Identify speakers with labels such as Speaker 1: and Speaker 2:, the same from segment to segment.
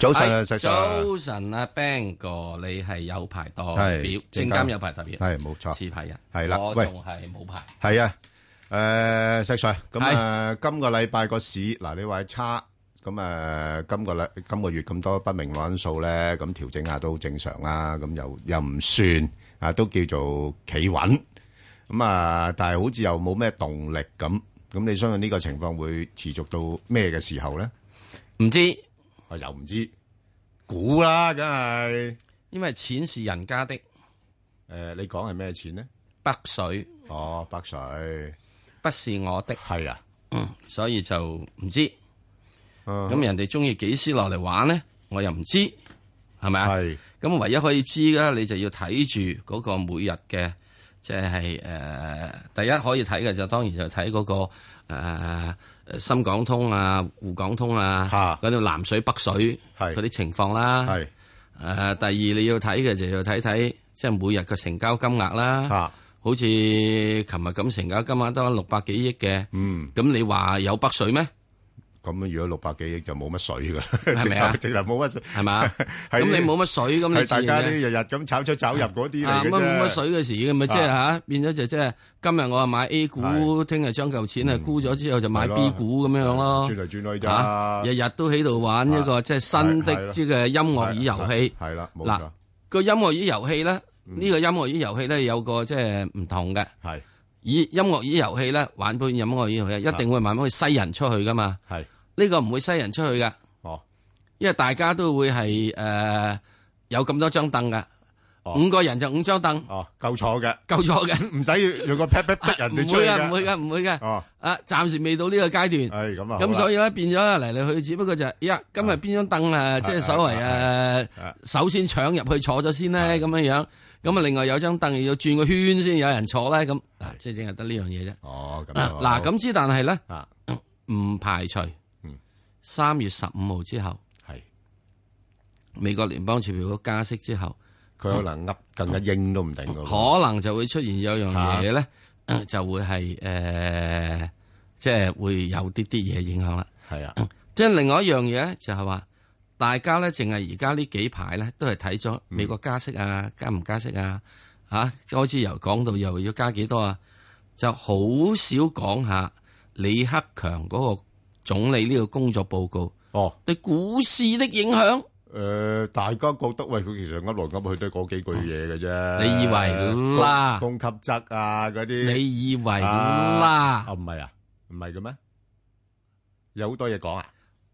Speaker 1: 早晨啊，
Speaker 2: 係
Speaker 1: 石 Sir，
Speaker 2: 早晨啊，Bang 哥，你係有牌代
Speaker 1: 係
Speaker 2: 表，證監有牌代表，
Speaker 1: 係冇錯
Speaker 2: 持牌人，
Speaker 1: 係啦
Speaker 2: 我
Speaker 1: 喂
Speaker 2: 仲係冇牌，
Speaker 1: 係啊，誒，石 Sir，咁啊，今個禮拜個市嗱，你話差，咁啊，今個禮今個月咁多不明朗因素咧，咁調整下都好正常啦，咁又又唔算啊，都叫做企穩，咁啊，但係好似又冇咩動力咁，咁你相信呢個情況會持續到咩嘅時候咧？
Speaker 2: 唔知
Speaker 1: 啊，又唔知，估啦，梗係，
Speaker 2: 因為錢是人家的
Speaker 1: 誒，你講係咩錢咧？
Speaker 2: 北水，
Speaker 1: 哦，北水，
Speaker 2: 不是我的，
Speaker 1: 係啊，
Speaker 2: 嗯，所以就唔知。
Speaker 1: 嗯
Speaker 2: 咁人哋中意幾時落嚟玩咧，我又唔知，係咪啊？
Speaker 1: 係。
Speaker 2: 咁唯一可以知嘅，你就要睇住嗰個每日嘅，即係誒、呃第一可以睇嘅就當然就睇嗰、個誒、呃深港通啊、滬港通啊
Speaker 1: 嚇，
Speaker 2: 嗰啲南水北水
Speaker 1: 係
Speaker 2: 嗰啲情況啦。誒、
Speaker 1: 係
Speaker 2: 第二你要睇嘅就要睇睇，即係每日嘅成交金額啦。
Speaker 1: 啊，
Speaker 2: 好似琴日咁成交金額得六百幾億嘅，
Speaker 1: 嗯，
Speaker 2: 咁你話有北水咩？
Speaker 1: 咁如果六百幾億就冇乜水噶啦，
Speaker 2: 係咪啊
Speaker 1: 直頭直頭冇乜水，
Speaker 2: 係嘛？
Speaker 1: 係
Speaker 2: 咁你冇乜水，咁你
Speaker 1: 係
Speaker 2: 自
Speaker 1: 大
Speaker 2: 然
Speaker 1: 家
Speaker 2: 嘅
Speaker 1: 啲日日咁炒出炒入嗰啲
Speaker 2: 啊
Speaker 1: 嚟嘅
Speaker 2: 乜
Speaker 1: 啫啊
Speaker 2: 乜水嘅事嘅咪即係吓，變咗就即係今日我係買 A 股，
Speaker 1: 係嗯
Speaker 2: 聽日將嚿錢啊沽咗之後就買
Speaker 1: 係咯
Speaker 2: B 股咁樣樣咯
Speaker 1: 轉。嚟轉去
Speaker 2: 嚇
Speaker 1: 咋，
Speaker 2: 日日都喺度玩一個
Speaker 1: 啊
Speaker 2: 即係新
Speaker 1: 係
Speaker 2: 的
Speaker 1: 係
Speaker 2: 即嘅音樂椅遊戲。
Speaker 1: 係嗯啦，冇錯
Speaker 2: 嗱，個音樂椅遊戲咧，呢個音樂椅遊戲咧有個即係唔同嘅。
Speaker 1: 係
Speaker 2: 以音樂椅遊戲咧玩杯音樂椅遊戲，
Speaker 1: 啊
Speaker 2: 一定會慢慢去篩人出去噶嘛。
Speaker 1: 係
Speaker 2: 呢個唔會篩人出去嘅。
Speaker 1: 哦
Speaker 2: 因為大家都會係誒、呃有咁多張凳噶，
Speaker 1: 哦
Speaker 2: 五個人就五張凳，
Speaker 1: 哦夠坐嘅，
Speaker 2: 夠咗嘅，
Speaker 1: 唔使要用個 pat pat 逼人哋
Speaker 2: 啊唔
Speaker 1: 出去
Speaker 2: 會
Speaker 1: 嘅
Speaker 2: 嘅，唔會嘅，唔會嘅。
Speaker 1: 哦，
Speaker 2: 啊，暫時未到呢個階段，
Speaker 1: 係咁啊，
Speaker 2: 咁所
Speaker 1: 以
Speaker 2: 以咧變咗嚟嚟去，去，只不過就係哎呀，今日邊張凳啊，即係所謂
Speaker 1: 啊
Speaker 2: 誒，首先搶入去坐咗先咧，咁樣樣。咁啊，另外有張凳要轉個圈先有人坐咧，咁嗱，即係淨係得呢樣嘢啫。
Speaker 1: 啊
Speaker 2: 啊
Speaker 1: 哦咁樣
Speaker 2: 嗱，咁之但係咧，
Speaker 1: 啊
Speaker 2: 唔排除
Speaker 1: 嗯
Speaker 2: 三月十五號之後，
Speaker 1: 係
Speaker 2: 美國聯邦儲備局加息之後。
Speaker 1: 佢可能噏更加英都唔定㗎喎，
Speaker 2: 可能就會出現有樣嘢咧，就會係誒、呃即係會有啲啲嘢影響啦。
Speaker 1: 係啊
Speaker 2: 即係另外一樣嘢咧，就係話大家咧，淨係而家呢幾排咧，都係睇咗美國加息啊，加唔加息啊，嚇、開始由講到又要加幾多啊，就好少講下李克強嗰個總理呢個工作報告
Speaker 1: 哦。
Speaker 2: 對股市的影響。
Speaker 1: 誒，大家覺得喂，佢其實噏來噏去都係嗰幾句嘢嘅啫。
Speaker 2: 你以為啦
Speaker 1: 供供給側啊嗰啲，
Speaker 2: 你以為
Speaker 1: 啊
Speaker 2: 啦？
Speaker 1: 啊唔係啊，唔係嘅咩？有好多嘢講啊，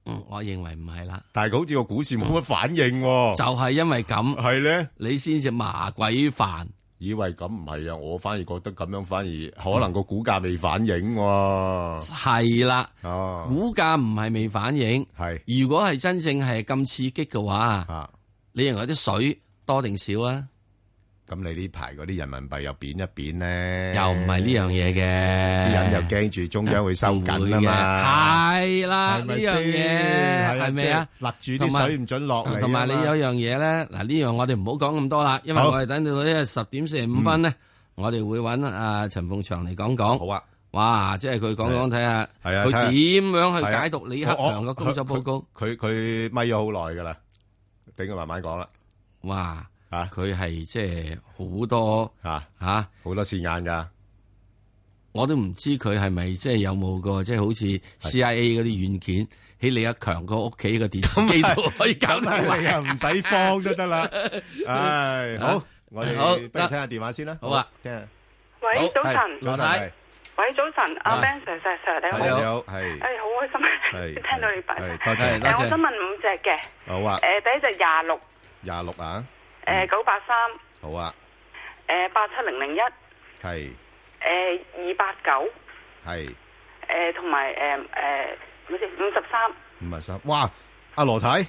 Speaker 2: 嗯，我認為唔係啦，
Speaker 1: 但係好似個股市冇乜反應喎。
Speaker 2: 就係因為咁。
Speaker 1: 係咧，
Speaker 2: 你先至麻鬼煩。
Speaker 1: 以為咁唔係啊，我反而覺得咁樣反而可能個股價未反應喎。
Speaker 2: 係啦，
Speaker 1: 哦，
Speaker 2: 股價唔係未反應。
Speaker 1: 係
Speaker 2: 如果係真正係咁刺激嘅話，
Speaker 1: 啊，
Speaker 2: 你認為啲水多定少啊？
Speaker 1: 咁你呢排嗰啲人民幣又貶一貶咧，
Speaker 2: 又唔係呢樣嘢嘅，
Speaker 1: 啲人又驚住中央會收緊啊嘛，
Speaker 2: 唔會嘅係啦，
Speaker 1: 係
Speaker 2: 呢
Speaker 1: 咪
Speaker 2: 樣
Speaker 1: 先
Speaker 2: 嘢係咪啊？？
Speaker 1: 勒住
Speaker 2: 同
Speaker 1: 啲
Speaker 2: 埋
Speaker 1: 水唔准落嚟啊嘛，
Speaker 2: 同埋你有樣嘢咧，嗱呢樣我哋唔好講咁多啦，因為
Speaker 1: 好嗯
Speaker 2: 我哋等到呢十點四十五分咧，我哋會揾阿陳鳳祥嚟講
Speaker 1: 好
Speaker 2: 講。
Speaker 1: 啊，
Speaker 2: 哇，即係佢講講睇下，
Speaker 1: 係啊
Speaker 2: 佢
Speaker 1: 睇下
Speaker 2: 點樣去
Speaker 1: 係啊
Speaker 2: 解讀李克
Speaker 1: 我我
Speaker 2: 強嘅工作報告？
Speaker 1: 佢佢咪咗好耐噶啦，等佢慢慢講啦，
Speaker 2: 哇！
Speaker 1: 吓
Speaker 2: 佢係即係好多
Speaker 1: 吓
Speaker 2: 嚇、
Speaker 1: 好多線眼噶，
Speaker 2: 我都唔知佢係咪即係有冇個即係好似 CIA 嗰啲軟件喺李克強個屋企個電視機度可以搞
Speaker 1: 咁
Speaker 2: 到
Speaker 1: 係
Speaker 2: 啊
Speaker 1: 你又唔使慌都得 啦。唉，好，我哋
Speaker 2: 好
Speaker 1: 不如聽下電話先啦。
Speaker 2: 好啊，
Speaker 1: 聽下。
Speaker 2: 好
Speaker 3: 喂，早晨，
Speaker 1: 早晨，
Speaker 2: 好
Speaker 1: 係
Speaker 3: 喂，早晨，阿
Speaker 2: 啊
Speaker 3: Ben Sir、石 Sir 你好，
Speaker 1: 係
Speaker 2: 你
Speaker 1: 你
Speaker 3: 誒，
Speaker 1: 好，係
Speaker 3: 好開心，啊
Speaker 1: 係
Speaker 3: 聽到你把聲
Speaker 1: 係。多
Speaker 2: 係多
Speaker 1: 謝，
Speaker 3: 誒，我想問五隻嘅，
Speaker 1: 好啊，
Speaker 3: 誒，第一隻廿六，
Speaker 1: 廿六啊，
Speaker 3: 誒，九八三，
Speaker 1: 好啊，
Speaker 3: 誒，八七零零一，
Speaker 1: 係
Speaker 3: 誒，二八九，
Speaker 1: 係
Speaker 3: 誒，同埋誒誒咪先？五十三，
Speaker 1: 五啊三，哇！阿羅太，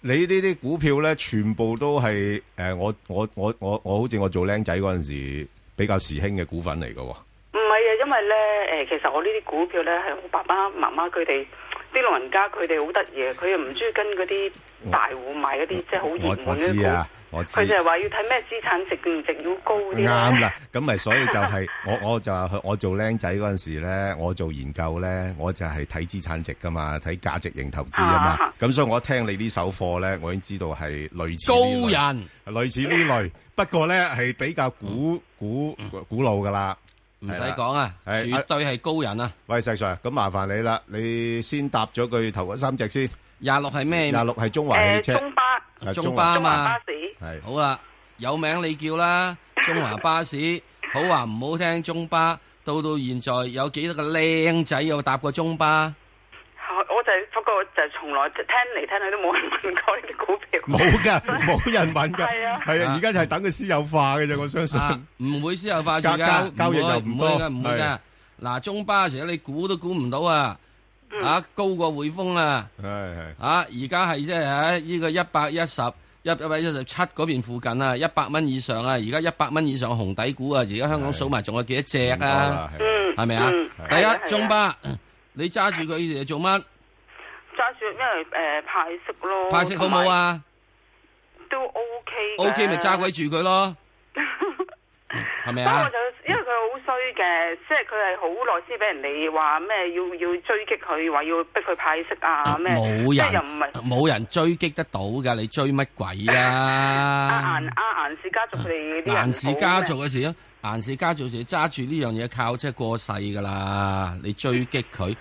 Speaker 1: 你呢啲股票咧，全部都係诶、誒我我我我我好似我做僆仔嗰阵时比較時興嘅股份嚟嘅喎。
Speaker 3: 唔係啊，因為咧诶、誒其實我呢啲股票咧係我爸爸媽媽佢哋啲老人家佢哋好得意啊，佢又唔中意跟嗰啲大户買嗰啲即係好
Speaker 1: 我
Speaker 3: 熱
Speaker 1: 我
Speaker 3: 門嗰啲
Speaker 1: 知啊
Speaker 3: 股，，
Speaker 1: 我知。
Speaker 3: 佢就係話要睇咩資產值唔值要高啲咧
Speaker 1: 啱啦，咁咪所以就係我我就話佢我做僆仔嗰陣時咧，我做研究咧，我就係睇資產值噶嘛，睇價值型投資啊嘛
Speaker 3: 啊，
Speaker 1: 咁、所以我聽你呢首課咧，我已經知道係類似
Speaker 2: 高
Speaker 1: 呢類
Speaker 2: 人
Speaker 1: 類似呢類，不過咧係比較古古
Speaker 2: 嗯
Speaker 1: 古老噶啦。
Speaker 2: 唔使講啊，
Speaker 1: 係
Speaker 2: 絕對係高人啊！
Speaker 1: 喂，石 Sir，咁麻煩你啦，你先答咗佢頭嗰三隻先，
Speaker 2: 廿六係咩？
Speaker 1: 廿六係中華汽
Speaker 3: 誒
Speaker 1: 車，
Speaker 3: 中巴
Speaker 1: 係
Speaker 2: 中巴
Speaker 3: 中
Speaker 2: 嘛
Speaker 3: 華巴士。
Speaker 1: 係
Speaker 2: 好啦，有名你叫啦，中華巴士。好話唔好聽，中巴到到現在有幾多個靚仔有搭過中巴？
Speaker 3: 我就係不過就從來聽嚟聽去都冇人問過呢啲股票。
Speaker 1: 冇㗎， 冇人問㗎，
Speaker 3: 係啊
Speaker 1: 係啊，而家就係等佢私有化嘅啫，我相信。
Speaker 2: 啊，唔會私有化住
Speaker 1: 交交
Speaker 2: 噶，
Speaker 1: 交易又唔
Speaker 2: 唔
Speaker 1: 多
Speaker 2: 會噶，唔會
Speaker 1: 係
Speaker 2: 噶。嗱，中巴時你估都估唔到啊！
Speaker 3: 嗯
Speaker 2: 啊，高過匯豐啊！
Speaker 1: 係係
Speaker 2: 啊，而家係即係喺呢個一百一十一一百一十七嗰邊附近啊，一百蚊以上啊，而家一百蚊以上紅底股啊，而家香港數埋仲有幾多隻
Speaker 1: 唔多
Speaker 2: 啊？
Speaker 1: 啦係
Speaker 3: 嗯，
Speaker 2: 係咪啊
Speaker 3: 嗯？
Speaker 2: 第
Speaker 3: 係啊嗯
Speaker 2: 一中巴，你揸住佢嚟做乜？
Speaker 3: 揸住，因為誒派息咯，
Speaker 2: 派息好冇啊
Speaker 3: 同埋？都 OK 嘅。
Speaker 2: ？OK 咪揸鬼住佢咯，
Speaker 3: 嗯
Speaker 2: 係咪
Speaker 3: 不過
Speaker 2: 啊
Speaker 3: 我？就因為佢好衰嘅，即係佢係好耐先俾人哋話咩要要追擊佢，話要逼佢派息啊咩，
Speaker 2: 冇
Speaker 3: 即係又
Speaker 2: 人
Speaker 3: 唔係
Speaker 2: 冇人追擊得到㗎，你追乜鬼 啊
Speaker 3: 阿？顏阿顏氏家族佢哋啲人
Speaker 2: 顏氏家族啊嘅事咯，顏氏家族就揸住呢樣嘢靠，即係過世噶啦。你追擊 佢，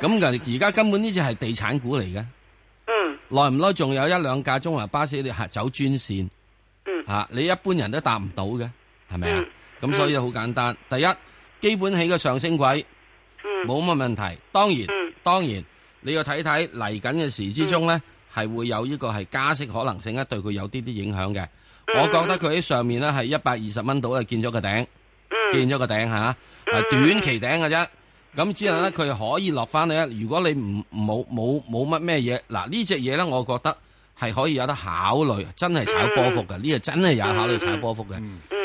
Speaker 2: 咁而而家根本呢只係地產股嚟嘅，
Speaker 3: 好咩，嗯
Speaker 2: 耐唔耐仲有一兩架中華巴士你係走專線，
Speaker 3: 嗯
Speaker 2: 嚇、你一般人都搭唔到嘅，係咪啊
Speaker 3: 嗯？
Speaker 2: 咁所以好簡單，第一基本起個上升軌
Speaker 3: 嗯
Speaker 2: 冇乜問題，當然、
Speaker 3: 嗯
Speaker 2: 當然你要睇睇嚟緊嘅時之中呢，係、會有呢個係加息可能性咧，對佢有啲啲影響嘅。我覺得佢喺上面呢，係一百二十蚊度咧見咗個頂。
Speaker 3: 嗯嗯
Speaker 2: 見咗個頂嚇，啊短期頂嘅啫。咁之後咧，佢可以落翻嚟。如果你唔冇冇冇乜咩嘢，嗱呢只嘢咧，我覺得係可以有得考慮，真係炒波幅嘅。呢個真係有得考慮炒波幅嘅。
Speaker 3: 嗯嗯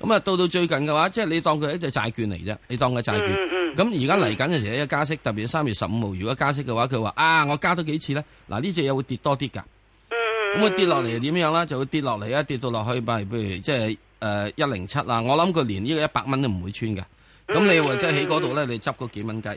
Speaker 2: 咁啊，到到最近嘅話，即係你當佢係一隻債券嚟啫，你當佢債券。
Speaker 3: 嗯嗯
Speaker 2: 咁而家嚟緊嘅時候，一加息，特別三月十五號，如果加息嘅話，佢話啊，我加多幾次咧，嗱呢只嘢會跌多啲㗎。
Speaker 3: 嗯
Speaker 2: 咁啊佢跌落嚟點樣啦？就會跌落嚟啊，跌到落去，咪譬如即係誒一零七啦。我諗佢連呢個一百蚊都唔會穿嘅。咁你話即係喺嗰度咧，你執嗰幾蚊雞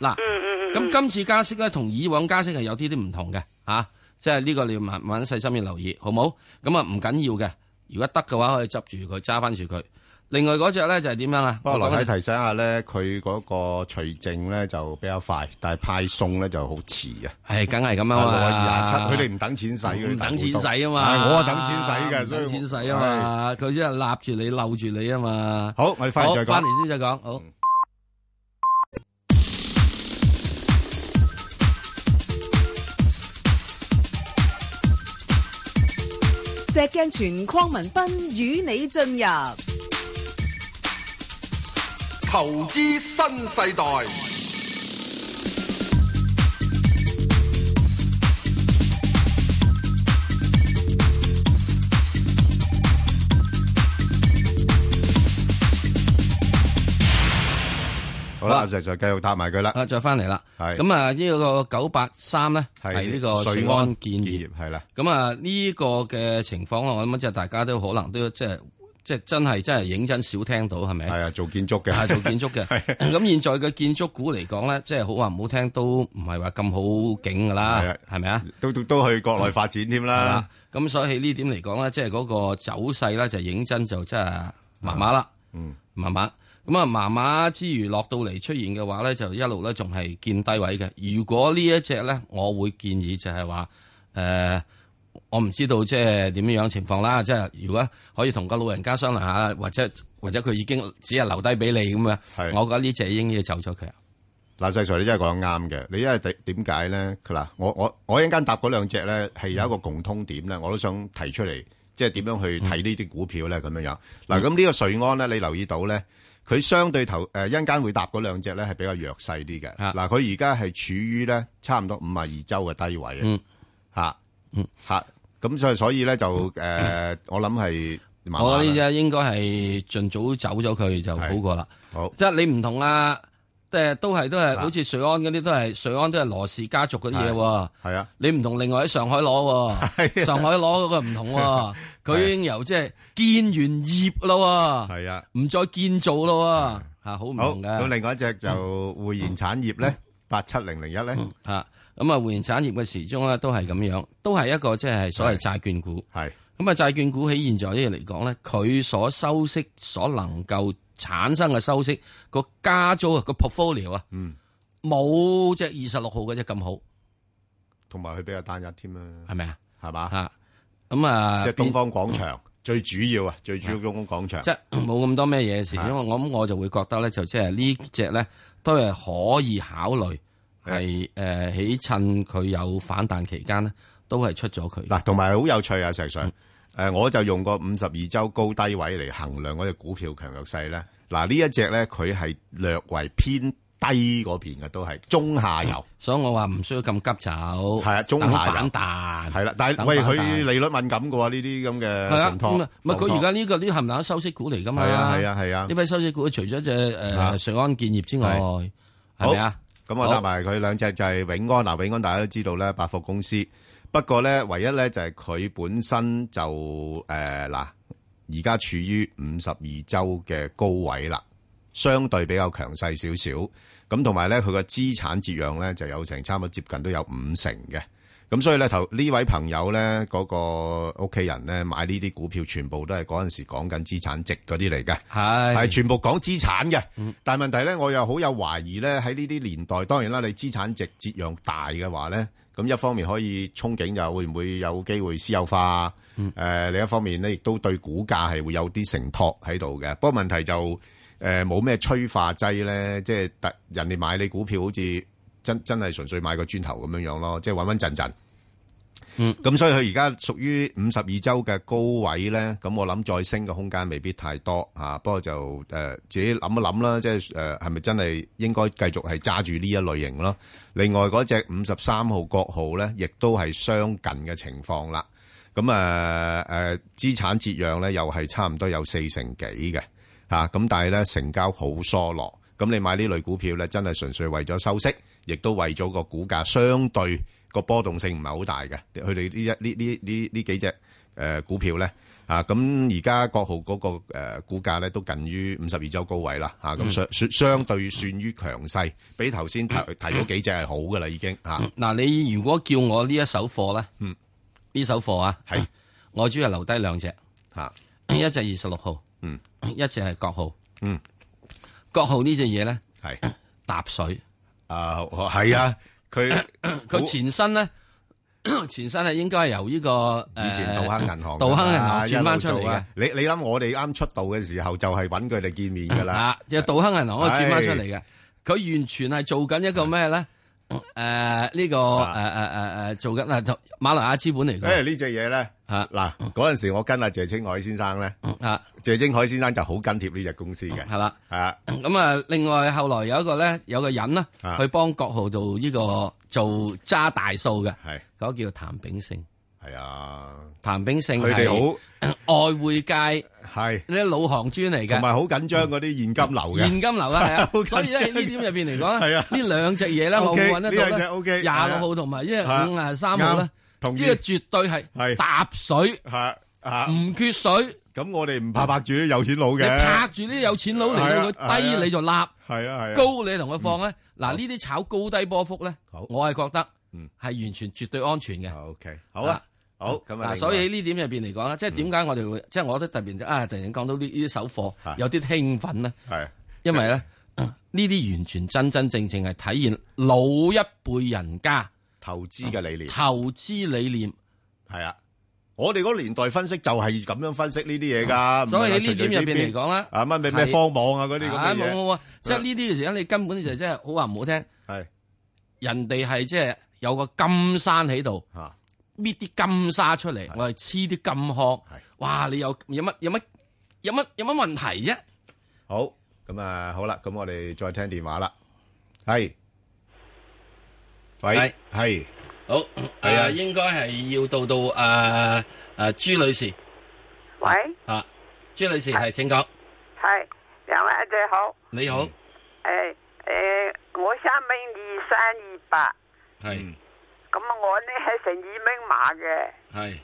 Speaker 2: 嗱。
Speaker 4: 嗯
Speaker 3: 嗯
Speaker 2: 咁今次加息咧，同以往加息係有啲啲唔同嘅嚇，即係呢個你要慢慢細心要留意，好冇？咁啊唔緊要嘅，如果得嘅話，可以執住佢，揸翻住佢。另外嗰只咧就係點樣啊？
Speaker 1: 不過
Speaker 2: 我
Speaker 1: 羅
Speaker 2: 講
Speaker 1: 太
Speaker 2: 緊
Speaker 1: 提醒下咧，佢嗰個除證咧就比較快，但係派送咧就好遲啊。
Speaker 2: 係梗係咁樣
Speaker 1: 廿啊
Speaker 2: 嘛。
Speaker 1: 七，佢哋唔等錢使嘅，
Speaker 2: 哦啊唔
Speaker 1: 錢
Speaker 2: 等錢使啊嘛，
Speaker 1: 我啊等錢使嘅，
Speaker 2: 唔
Speaker 1: 所以
Speaker 2: 等
Speaker 1: 我
Speaker 2: 錢使啊。嘛，佢真係揦住你，摟住你啊嘛。
Speaker 1: 好，我哋翻
Speaker 2: 好
Speaker 1: 嚟再
Speaker 2: 翻
Speaker 1: 講。嗯
Speaker 2: 嚟先再講。好，
Speaker 5: 石鏡泉邝文斌與你進入
Speaker 6: 投資新世代，
Speaker 1: 好啦，就就繼續答埋佢啦。
Speaker 2: 啊，再翻嚟啦。
Speaker 1: 係
Speaker 2: 咁啊，呢個九八三咧係呢個瑞安建業。
Speaker 1: 係啦，
Speaker 2: 咁啊，呢個嘅情況我諗即係大家都可能都即係即係真係真係認真少聽到係咪？
Speaker 1: 係啊，做建築
Speaker 2: 係
Speaker 1: 嘅，
Speaker 2: 做建 築嘅。咁現在嘅建築股嚟講咧，即係好話唔好聽，都唔係話咁好景噶
Speaker 1: 係啊
Speaker 2: 啦，係咪啊？
Speaker 1: 都都都去國
Speaker 2: 嗯
Speaker 1: 內發展添
Speaker 2: 係
Speaker 1: 啦
Speaker 2: 啦。咁所以喺呢點嚟講咧，即係嗰個走勢咧，就認真就真係麻麻啦，
Speaker 1: 嗯，
Speaker 2: 麻麻。咁啊，麻麻之餘落到嚟出現嘅話咧，就一路咧仲係見低位嘅。如果呢一隻咧，我會建議就係話，誒、呃我唔知道即係點樣情況啦。即係如果可以同個老人家商量下，或者或者佢已經只係留低俾你咁啊，
Speaker 1: 係
Speaker 2: 我覺得呢只應該要走咗佢。
Speaker 1: 嗱，細 Sir 你真係講得啱嘅。你因為點點解咧？佢嗱，我我我一陣間答嗰兩隻咧係有一個
Speaker 2: 嗯
Speaker 1: 共通點咧，我都想提
Speaker 2: 嗯
Speaker 1: 出嚟，即係點樣去睇呢啲股票咧咁樣樣。嗱，咁呢個瑞安咧，你留意到咧，佢相對頭誒一陣間會搭嗰兩隻咧係比較弱勢啲嘅。
Speaker 2: 啊
Speaker 1: 嗱，佢而家係處於咧差唔多五啊二周嘅低位啊
Speaker 2: 嗯，
Speaker 1: 嚇
Speaker 2: 嗯
Speaker 1: 嚇，咁所以所以咧就誒，我諗係麻麻啦
Speaker 2: 我呢只應該係盡早走咗佢就好過啦。
Speaker 1: 好
Speaker 2: 即係你唔同啦，即係都係都係
Speaker 1: 啊
Speaker 2: 好似瑞安嗰啲都係瑞安都係羅氏家族嗰啲嘢喎。
Speaker 1: 係啊，
Speaker 2: 你唔同另外喺上海攞
Speaker 1: 係
Speaker 2: 喎，
Speaker 1: 啊
Speaker 2: 上海攞嗰個唔 同喎，佢已經由即係建完業咯喎，
Speaker 1: 係啊。
Speaker 2: 唔再建造咯喎，嚇好唔
Speaker 1: 好，
Speaker 2: 同嗯嘅。
Speaker 1: 咁另外一隻就匯賢產業呢，87001呢，
Speaker 2: 啊，咁啊，匯賢產業嘅時鐘咧都係咁樣，都係一個即係所謂債券股。咁啊，債券股喺現在呢度嚟講咧，佢所收息所能夠產生嘅收息個加租啊個 portfolio 啊，
Speaker 1: 嗯，
Speaker 2: 冇只二十六號嗰只咁好，
Speaker 1: 係，同埋佢比較單一添啦，
Speaker 2: 係咪啊？
Speaker 1: 係嘛？
Speaker 2: 嚇，咁啊，變
Speaker 1: 即係東方廣場，最主要啊，最主要東方廣場。
Speaker 2: 即係冇咁多咩嘢事，因
Speaker 1: 啊
Speaker 2: 為我諗我就會覺得咧，就即係呢只咧都係可以考慮係誒喺趁佢有反彈期間咧，都係出咗佢。
Speaker 1: 嗱，同埋好有趣啊，石Sir。誒，我就用過52周高低位嚟衡量嗰隻股票強弱勢呢，嗱，呢一隻呢，佢係略為偏低嗰邊嘅，都係中下游。
Speaker 2: 所以我話唔需要咁急走，係
Speaker 1: 係啊中下游
Speaker 2: 反彈，
Speaker 1: 係啦，但係，啊
Speaker 2: 嗯等
Speaker 1: 喂，
Speaker 2: 反彈。
Speaker 1: 佢利率敏感嘅喎，呢啲咁嘅
Speaker 2: 係啊，
Speaker 1: 信託，
Speaker 2: 咁啊唔係佢
Speaker 1: 信託。
Speaker 2: 而家呢個呢個冚唪唥收息股嚟㗎嘛，
Speaker 1: 係啊，係啊，係啊。
Speaker 2: 呢批收息股除咗只
Speaker 1: 啊
Speaker 2: 誒瑞安建業之外，係咪啊？
Speaker 1: 咁我
Speaker 2: 好
Speaker 1: 答埋佢兩隻就係永安嗱，永安大家都知道咧，百貨公司。不過咧，唯一咧就係佢本身就誒嗱，而家處於五十二周嘅高位啦，相對比較強勢少少。咁同埋咧，佢個資產折讓咧就有成差唔多接近都有五成嘅。咁所以咧，頭呢位朋友咧，嗰、個屋企人咧買呢啲股票，全部都係嗰陣時講緊資產值嗰啲嚟嘅。係
Speaker 2: 係
Speaker 1: 全部講資產嘅，但係問題咧，我又好有懷疑咧，喺呢啲年代，當然啦，你資產值折讓大嘅話咧，咁一方面可以憧憬就會唔會有機會私有化，誒、另一方面咧，亦都對股價係會有啲承托喺度嘅。不過問題就誒冇咩催化劑咧，即係特人哋買你股票好似真真係純粹買個磚頭咁樣樣咯，即係穩穩陣陣。咁所以佢而家屬於五十二周嘅高位咧，咁我諗再升嘅空間未必太多啊。不過就誒、呃自己諗一諗啦，即係誒係咪真係應該繼續係揸住呢一類型咯？另外嗰隻五十三號國號咧，亦都係相近嘅情況啦。咁誒誒資產折讓咧，又係差唔多有四成幾嘅嚇，咁、但係咧成交好疏落。咁你買呢類股票咧，真係純粹為咗收息，亦都為咗個股價相對個波動性唔係好大嘅。佢哋呢一呢呢呢呢幾隻誒、呃股票咧啊，咁而家國號嗰、個誒、呃股價咧都近於五十二周高位啦嚇，咁、相相相對算於強勢，比頭先提提嗰幾隻係好噶啦已經嚇，
Speaker 2: 嗱，你如果叫我呢一手貨咧，
Speaker 1: 嗯
Speaker 2: 呢手貨啊，
Speaker 1: 係
Speaker 2: 我主要留低兩隻，
Speaker 1: 嚇
Speaker 2: 一隻二十六號，
Speaker 1: 嗯，
Speaker 2: 一隻係國號，
Speaker 1: 嗯，
Speaker 2: 國號呢只嘢咧
Speaker 1: 係。
Speaker 2: 搭水，
Speaker 1: 啊，系啊，佢
Speaker 2: 佢前身咧 前身係應該係由呢個
Speaker 1: 好以前
Speaker 2: 誒
Speaker 1: 杜克銀行㗎嘛，
Speaker 2: 杜克銀行
Speaker 1: 一路
Speaker 2: 轉翻出嚟
Speaker 1: 做
Speaker 2: 嘅
Speaker 1: 啊。你你谂我哋啱出道嘅時候，就係揾佢哋見面噶啦。
Speaker 2: 啊，就杜克銀行可以轉翻出嚟嘅，佢完全係做緊一個咩咧？
Speaker 1: 嗯
Speaker 2: 誒呢個誒誒誒誒做緊啊，就馬來亞資本嚟
Speaker 1: 诶，
Speaker 2: 嘅
Speaker 1: 呢只嘢咧，
Speaker 2: 啊
Speaker 1: 嗱嗰阵时我跟阿謝清海先生咧，
Speaker 2: 啊，
Speaker 1: 謝清海先生就好跟貼呢只公司嘅，
Speaker 2: 係啦。
Speaker 1: 啊
Speaker 2: 咁啊，另外後來有一個咧，有個人啦
Speaker 1: 啊，
Speaker 2: 去幫國浩做呢個做揸大數嘅，
Speaker 1: 係
Speaker 2: 嗰個叫譚炳勝。
Speaker 1: 係啊，
Speaker 2: 譚炳勝
Speaker 1: 佢哋
Speaker 2: 好外匯界
Speaker 1: 好係
Speaker 2: 呢啲老行專嚟
Speaker 1: 同
Speaker 2: 嘅，
Speaker 1: 埋好緊張嗰啲現金流嘅，
Speaker 2: 現金流啦，係
Speaker 1: 好
Speaker 2: 啊。
Speaker 1: 緊
Speaker 2: 所以咧喺
Speaker 1: 張
Speaker 2: 呢點入邊嚟講
Speaker 1: 係
Speaker 2: 咧，
Speaker 1: 啊
Speaker 2: 呢兩隻嘢咧，我會
Speaker 1: OK，
Speaker 2: 揾
Speaker 1: 呢
Speaker 2: 得
Speaker 1: 兩隻
Speaker 2: 到
Speaker 1: OK，
Speaker 2: 咧。
Speaker 1: 係啊
Speaker 2: 廿六號同埋一
Speaker 1: 啊
Speaker 2: 五廿三號咧
Speaker 1: 啱。同意
Speaker 2: 呢個絕對係
Speaker 1: 係
Speaker 2: 搭水，
Speaker 1: 吓吓，
Speaker 2: 唔缺水。
Speaker 1: 咁我哋唔怕拍住啲有錢佬
Speaker 2: 你
Speaker 1: 嘅，
Speaker 2: 拍住呢啲有錢佬嚟
Speaker 1: 係啊
Speaker 2: 到
Speaker 1: 係
Speaker 2: 佢
Speaker 1: 啊
Speaker 2: 低你就立，高
Speaker 1: 係啊係啊，
Speaker 2: 你同佢放咧。嗱呢啲炒高低波幅咧
Speaker 1: 好，
Speaker 2: 我係覺得
Speaker 1: 嗯
Speaker 2: 係完全絕對安全嘅。
Speaker 1: OK 好啊，好咁啊，嗯
Speaker 2: 嗱，所以喺呢點入邊嚟講咧，即係點解我哋會，即係我覺得特別就啊，突然講到呢呢啲手貨
Speaker 1: 係
Speaker 2: 有啲興奮咧，
Speaker 1: 系
Speaker 2: 因為咧 呢啲完全真真正正係體現老一輩人 家
Speaker 1: 投資嘅理念。
Speaker 2: 投資理念。
Speaker 1: 系啊，我哋嗰個年代分析就係咁樣分析呢啲嘢噶。
Speaker 2: 啊所以
Speaker 1: 唔係話
Speaker 2: 喺呢點入邊嚟
Speaker 1: 隨隨便便
Speaker 2: 講咧，
Speaker 1: 啊乜咩咩
Speaker 2: 係
Speaker 1: 方網啊嗰啲
Speaker 2: 啊
Speaker 1: 咁
Speaker 2: 冇
Speaker 1: 嘅嘢，嗯
Speaker 2: 冇冇，即係呢啲嘅時候，你根本就真係好話唔好聽。
Speaker 1: 係
Speaker 2: 人哋係即係有個金山喺度，
Speaker 1: 吓
Speaker 2: 搣啲金沙出嚟
Speaker 1: 係，
Speaker 2: 我係黐啲金殼
Speaker 1: 係。
Speaker 2: 哇！你有有乜有乜有乜有乜問題啫？
Speaker 1: 好咁啊，好啦，咁我哋再聽電話啦。係，
Speaker 2: 係
Speaker 1: 喂，係，
Speaker 2: 好，
Speaker 1: 係啊
Speaker 2: 誒應該係要到到誒誒朱女士
Speaker 4: 喂，
Speaker 2: 啊，朱女士係請講，
Speaker 4: 系两位姐好，
Speaker 2: 你好，
Speaker 4: 诶、诶、我想问二三二八，
Speaker 1: 嗯
Speaker 2: 係
Speaker 4: 咁啊我呢喺成二蚊买嘅，
Speaker 2: 係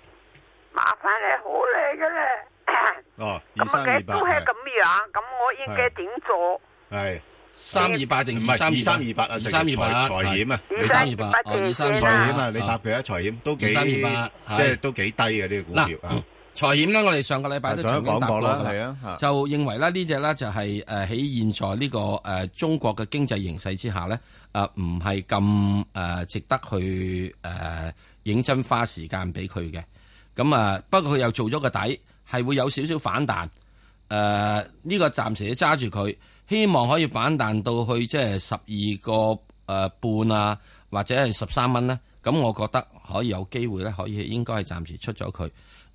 Speaker 4: 麻烦你好你嘅咧，
Speaker 1: 哦，二
Speaker 4: 咁
Speaker 1: 三
Speaker 4: 嘅
Speaker 1: 二八，
Speaker 4: 都係咁样，咁我应该點做？
Speaker 1: 係，
Speaker 2: 三二八定
Speaker 1: 唔
Speaker 2: 二
Speaker 1: 係
Speaker 2: 三
Speaker 1: 二三二八啊，
Speaker 2: 二
Speaker 1: 石
Speaker 2: 三二
Speaker 1: Sir，財
Speaker 2: 八
Speaker 1: 財險啊，
Speaker 2: 二
Speaker 1: 你
Speaker 2: 三
Speaker 1: 答
Speaker 2: 二
Speaker 4: 二三
Speaker 2: 八
Speaker 4: 二八
Speaker 2: 哦二三
Speaker 4: 謝
Speaker 2: 二
Speaker 4: 謝
Speaker 1: 財
Speaker 2: 八
Speaker 4: 啦
Speaker 1: 險啊，你答佢啊，財險都幾，
Speaker 2: 2328係
Speaker 1: 即係都幾低嘅呢個股
Speaker 2: 嗱嗯
Speaker 1: 票啊，
Speaker 2: 財險咧，我哋上個禮拜都
Speaker 1: 上
Speaker 2: 曾
Speaker 1: 一
Speaker 2: 經
Speaker 1: 講
Speaker 2: 答
Speaker 1: 過
Speaker 2: 過
Speaker 1: 啦，
Speaker 2: 㗎
Speaker 1: 係啊，嚇
Speaker 2: 就認為咧呢只咧就係誒喺現在呢個誒中國嘅經濟形勢之下咧，誒唔係咁誒值得去誒認真花時間俾佢嘅。咁啊，不過佢又做咗個底，係會有少少反彈。誒、呢、個暫時揸住佢，希望可以反彈到去即係十二個誒半啊，或者係十三蚊咧。咁我覺得可以有機會咧，可以應該係暫時出咗佢。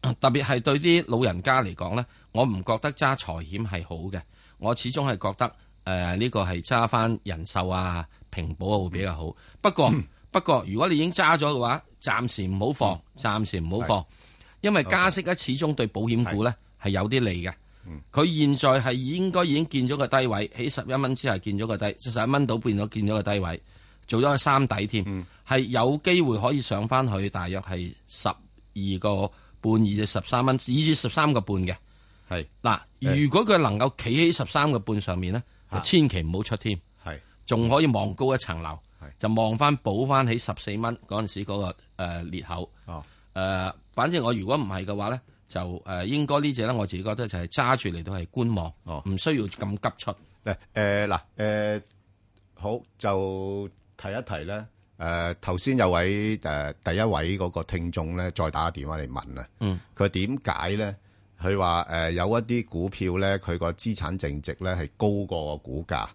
Speaker 2: 嗯特別係對啲老人家嚟講咧，我唔覺得揸財險係好嘅，我始終係覺得誒呢、個係揸翻人壽啊、平保啊會比較好。不過、不過，如果你已經揸咗嘅話，暫時唔好放，暫時唔好放，因為加息咧始終對保險股咧係有啲利嘅。佢現在係應該已經見咗個低位，喺十一蚊之下見咗個低，十一蚊到變咗見咗個低位，做咗個三底添，係、有機會可以上翻去，大約係十二個半以至十三蚊，以至十三個半嘅。
Speaker 1: 係
Speaker 2: 嗱，
Speaker 1: 誒
Speaker 2: 如果佢能夠企喺十三個半上面咧，就千祈唔好出添，
Speaker 1: 係
Speaker 2: 仲可以望高一層樓
Speaker 1: 係，
Speaker 2: 就望翻補翻起十四蚊嗰陣時嗰、個誒裂口。
Speaker 1: 哦。
Speaker 2: 誒、反正我如果唔係嘅話咧，就誒、應該呢只咧，我自己覺得就係揸住嚟到係觀望，唔、
Speaker 1: 哦
Speaker 2: 需要咁急出。
Speaker 1: 嗱誒嗱誒好就提一提咧誒頭先有位誒、第一位嗰個聽眾咧再打個電話嚟問啊，
Speaker 2: 嗯，
Speaker 1: 佢點解咧？佢話誒有一啲股票咧，佢個資產淨值咧係高過個股價，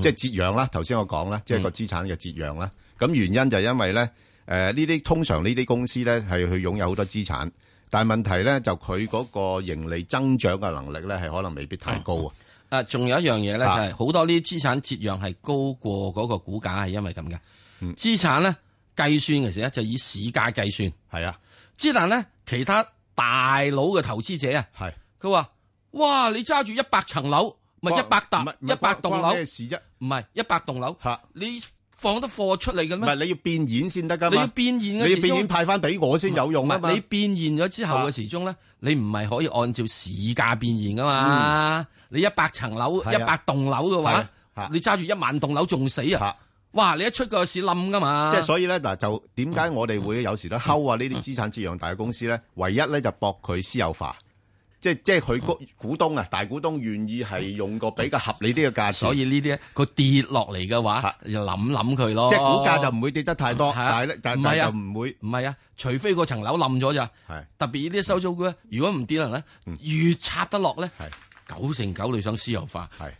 Speaker 1: 即係折讓啦。頭先我講啦，即係個資產嘅折讓啦。咁、原因就係因為咧誒呢啲通常呢啲公司咧係佢擁有好多資產，但係問題咧就佢嗰個盈利增長嘅能力咧係可能未必太高啊。
Speaker 2: 啊，仲有一樣嘢咧，就
Speaker 1: 啊
Speaker 2: 係好多呢啲資產折讓係高過嗰個股價，係因為咁嘅。
Speaker 1: 嗯
Speaker 2: 資產咧計算嘅時咧就以市價計算，
Speaker 1: 係啊，
Speaker 2: 之但咧其他大佬嘅投資者啊，
Speaker 1: 係。
Speaker 2: 佢話：哇，你揸住一百層樓，咪一百
Speaker 1: 哦唔
Speaker 2: 笪
Speaker 1: 係唔係
Speaker 2: 一百
Speaker 1: 關
Speaker 2: 棟
Speaker 1: 關
Speaker 2: 樓
Speaker 1: 咩，事啫？
Speaker 2: 唔係一百棟樓，
Speaker 1: 嚇，
Speaker 2: 你放得貨出嚟嘅
Speaker 1: 唔
Speaker 2: 咩？
Speaker 1: 係你要變現先得噶
Speaker 2: 你要
Speaker 1: 嘛？
Speaker 2: 變現
Speaker 1: 你
Speaker 2: 嘅
Speaker 1: 要
Speaker 2: 時
Speaker 1: 變
Speaker 2: 鐘
Speaker 1: 現。派翻俾我先有用啊
Speaker 2: 唔
Speaker 1: 嘛
Speaker 2: 係？你變現咗之後
Speaker 1: 啊
Speaker 2: 嘅時鐘咧，你唔係可以按照市價變現噶嘛？你一百層樓、一
Speaker 1: 嗯係啊
Speaker 2: 百棟樓嘅
Speaker 1: 係啊
Speaker 2: 話
Speaker 1: 啊，
Speaker 2: 你揸住一萬棟樓仲死啊！
Speaker 1: 嚇
Speaker 2: 哇！你一出個市冧噶嘛？
Speaker 1: 即係所以咧嗱，就點解我哋會有時都睺啊呢啲資產折讓大嘅公司咧？唯一咧就博佢私有化，即係即係佢
Speaker 2: 哦
Speaker 1: 股股東啊，大股東願意係用個比較合理啲嘅價錢，
Speaker 2: 所以呢啲佢跌落嚟嘅話
Speaker 1: 嚇，
Speaker 2: 就諗諗佢咯。
Speaker 1: 即係股價就唔會跌得太多，
Speaker 2: 係啊
Speaker 1: 但係咧但
Speaker 2: 唔
Speaker 1: 但
Speaker 2: 係啊
Speaker 1: 就唔會
Speaker 2: 唔係啊，除非個層樓冧咗咋。
Speaker 1: 係
Speaker 2: 特別呢啲收租股咧，如果唔跌落嚟咧，越插得落咧
Speaker 1: 嗯係，
Speaker 2: 九成九你想私有化，
Speaker 1: 係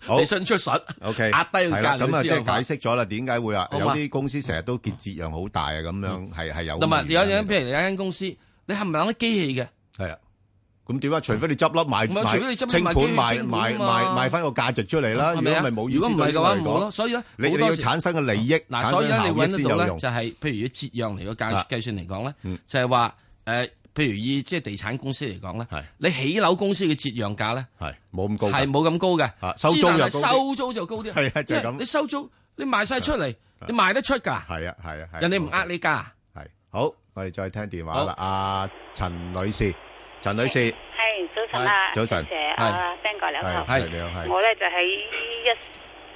Speaker 1: 好
Speaker 2: 你。想出實
Speaker 1: OK，
Speaker 2: 壓低個
Speaker 1: 係啦
Speaker 2: 價
Speaker 1: 咁啊，即
Speaker 2: 你私有
Speaker 1: 係
Speaker 2: 化
Speaker 1: 解。釋咗啦，點解會啊？
Speaker 2: 好
Speaker 1: 有
Speaker 2: 嘛嗯
Speaker 1: 啲公司成日都結折讓好大啊，咁樣係啊係有
Speaker 2: 同埋有
Speaker 1: 原因
Speaker 2: 樣
Speaker 1: 嘅
Speaker 2: 譬如有一間公司，你係咪諗啲機器嘅？
Speaker 1: 係啊，咁點啊？除非你執笠賣
Speaker 2: 唔
Speaker 1: 賣
Speaker 2: 係除非你執笠
Speaker 1: 清盤
Speaker 2: 賣機
Speaker 1: 賣
Speaker 2: 清盤
Speaker 1: 賣
Speaker 2: 啊嘛
Speaker 1: 賣賣翻個價值出嚟啦。
Speaker 2: 係
Speaker 1: 如
Speaker 2: 咪
Speaker 1: 果
Speaker 2: 啊
Speaker 1: 咪冇意思
Speaker 2: 如果唔係嘅話，
Speaker 1: 對你嚟
Speaker 2: 冇
Speaker 1: 講
Speaker 2: 咯。所以咧，
Speaker 1: 你
Speaker 2: 好
Speaker 1: 你
Speaker 2: 多
Speaker 1: 要
Speaker 2: 時
Speaker 1: 產生嘅利益，
Speaker 2: 嗱，
Speaker 1: 產
Speaker 2: 所以
Speaker 1: 生效
Speaker 2: 咧，你
Speaker 1: 益
Speaker 2: 揾
Speaker 1: 先
Speaker 2: 得到
Speaker 1: 有
Speaker 2: 咧，
Speaker 1: 用。
Speaker 2: 就係譬如以折讓嚟個
Speaker 1: 啊
Speaker 2: 價計算嚟講咧
Speaker 1: 嗯，
Speaker 2: 就係話誒，譬如以即係地產公司嚟
Speaker 1: 係
Speaker 2: 講咧，你起樓公司嘅折讓價咧
Speaker 1: 係冇咁高
Speaker 2: 係
Speaker 1: 㗎。
Speaker 2: 冇咁高
Speaker 1: 啊
Speaker 2: 嘅，
Speaker 1: 收租
Speaker 2: 之但
Speaker 1: 又
Speaker 2: 係
Speaker 1: 高啲
Speaker 2: 收租就高啲，
Speaker 1: 係啊就係咁
Speaker 2: 因為你收租你賣晒出嚟，你賣得出㗎，
Speaker 1: 係啊係啊係啊。
Speaker 2: 人哋唔呃你㗎。
Speaker 1: 係好，我哋再聽電話啦。阿陳女士，陳女士
Speaker 7: 系早晨啊，
Speaker 1: 早晨
Speaker 7: 謝謝啊 b a n 哥你好
Speaker 1: 係。係你好係
Speaker 7: 我咧就喺一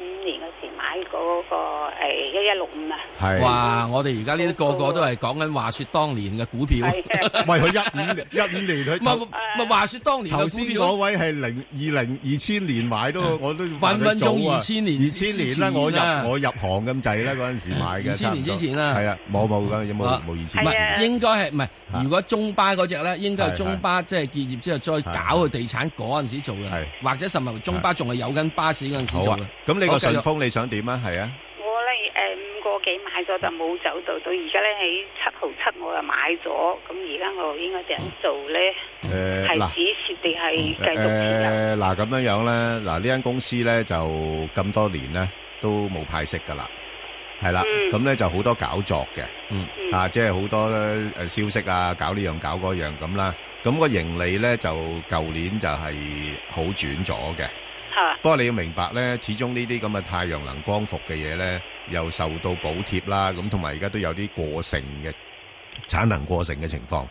Speaker 7: 五年嗰時買嗰個誒一一六五啊，
Speaker 1: 係。
Speaker 2: 哇！我哋而家呢啲個個都係講緊話説當年嘅股票，
Speaker 7: 係啊
Speaker 1: 喂，佢一五年一五年佢
Speaker 2: 唔係
Speaker 1: 頭
Speaker 2: 唔係話説當年
Speaker 1: 頭
Speaker 2: 嘅
Speaker 1: 先
Speaker 2: 股
Speaker 1: 嗰
Speaker 2: 票。
Speaker 1: 位係零二零二千年買都，我都
Speaker 2: 啊分
Speaker 1: 話佢
Speaker 2: 分鐘
Speaker 1: 早啊
Speaker 2: 2000年
Speaker 1: 二千年啦，我
Speaker 2: 之前啊
Speaker 1: 入我入行咁滯啦，嗰陣時買嘅。
Speaker 2: 2000年之前啦
Speaker 1: 係啊，冇冇㗎，有冇
Speaker 2: 啊
Speaker 1: 冇二
Speaker 2: 唔
Speaker 1: 千年？
Speaker 2: 係，應該係唔
Speaker 1: 啊
Speaker 2: 係？如果中巴嗰只咧，應該
Speaker 1: 係
Speaker 2: 係中巴即係結業之後再搞佢地產嗰陣時做
Speaker 1: 係
Speaker 2: 嘅，或者甚至乎中巴仲係有緊巴士嗰陣時
Speaker 1: 好
Speaker 2: 做
Speaker 1: 啊
Speaker 2: 嘅。，
Speaker 1: 咁你個
Speaker 2: 好繼續
Speaker 1: 順豐你想點啊？係啊，
Speaker 7: 呃我咧誒五個幾買咗咗就冇走到，到而家咧喺七毫七我又買咗，咁而家我應該點做咧？
Speaker 2: 呃
Speaker 1: 誒
Speaker 7: 係
Speaker 1: 嗱
Speaker 7: 止蝕定係繼續啊持有？
Speaker 1: 誒嗱咁樣樣咧，嗱呢間公司咧就咁多年咧都冇派息噶啦，係啦，
Speaker 7: 嗯
Speaker 1: 咁咧就好多搞作嘅，
Speaker 2: 嗯
Speaker 7: 嗯
Speaker 1: 啊，即係好多誒消息啊，搞呢樣搞嗰樣咁啦，咁個盈利咧就舊年就係好轉咗嘅。
Speaker 3: 啊
Speaker 7: 嚇
Speaker 1: 不過你要明白咧，始終呢啲咁嘅太陽能光伏嘅嘢咧，又受到補貼啦，咁同埋而家都有啲過剩嘅產能過剩嘅情況，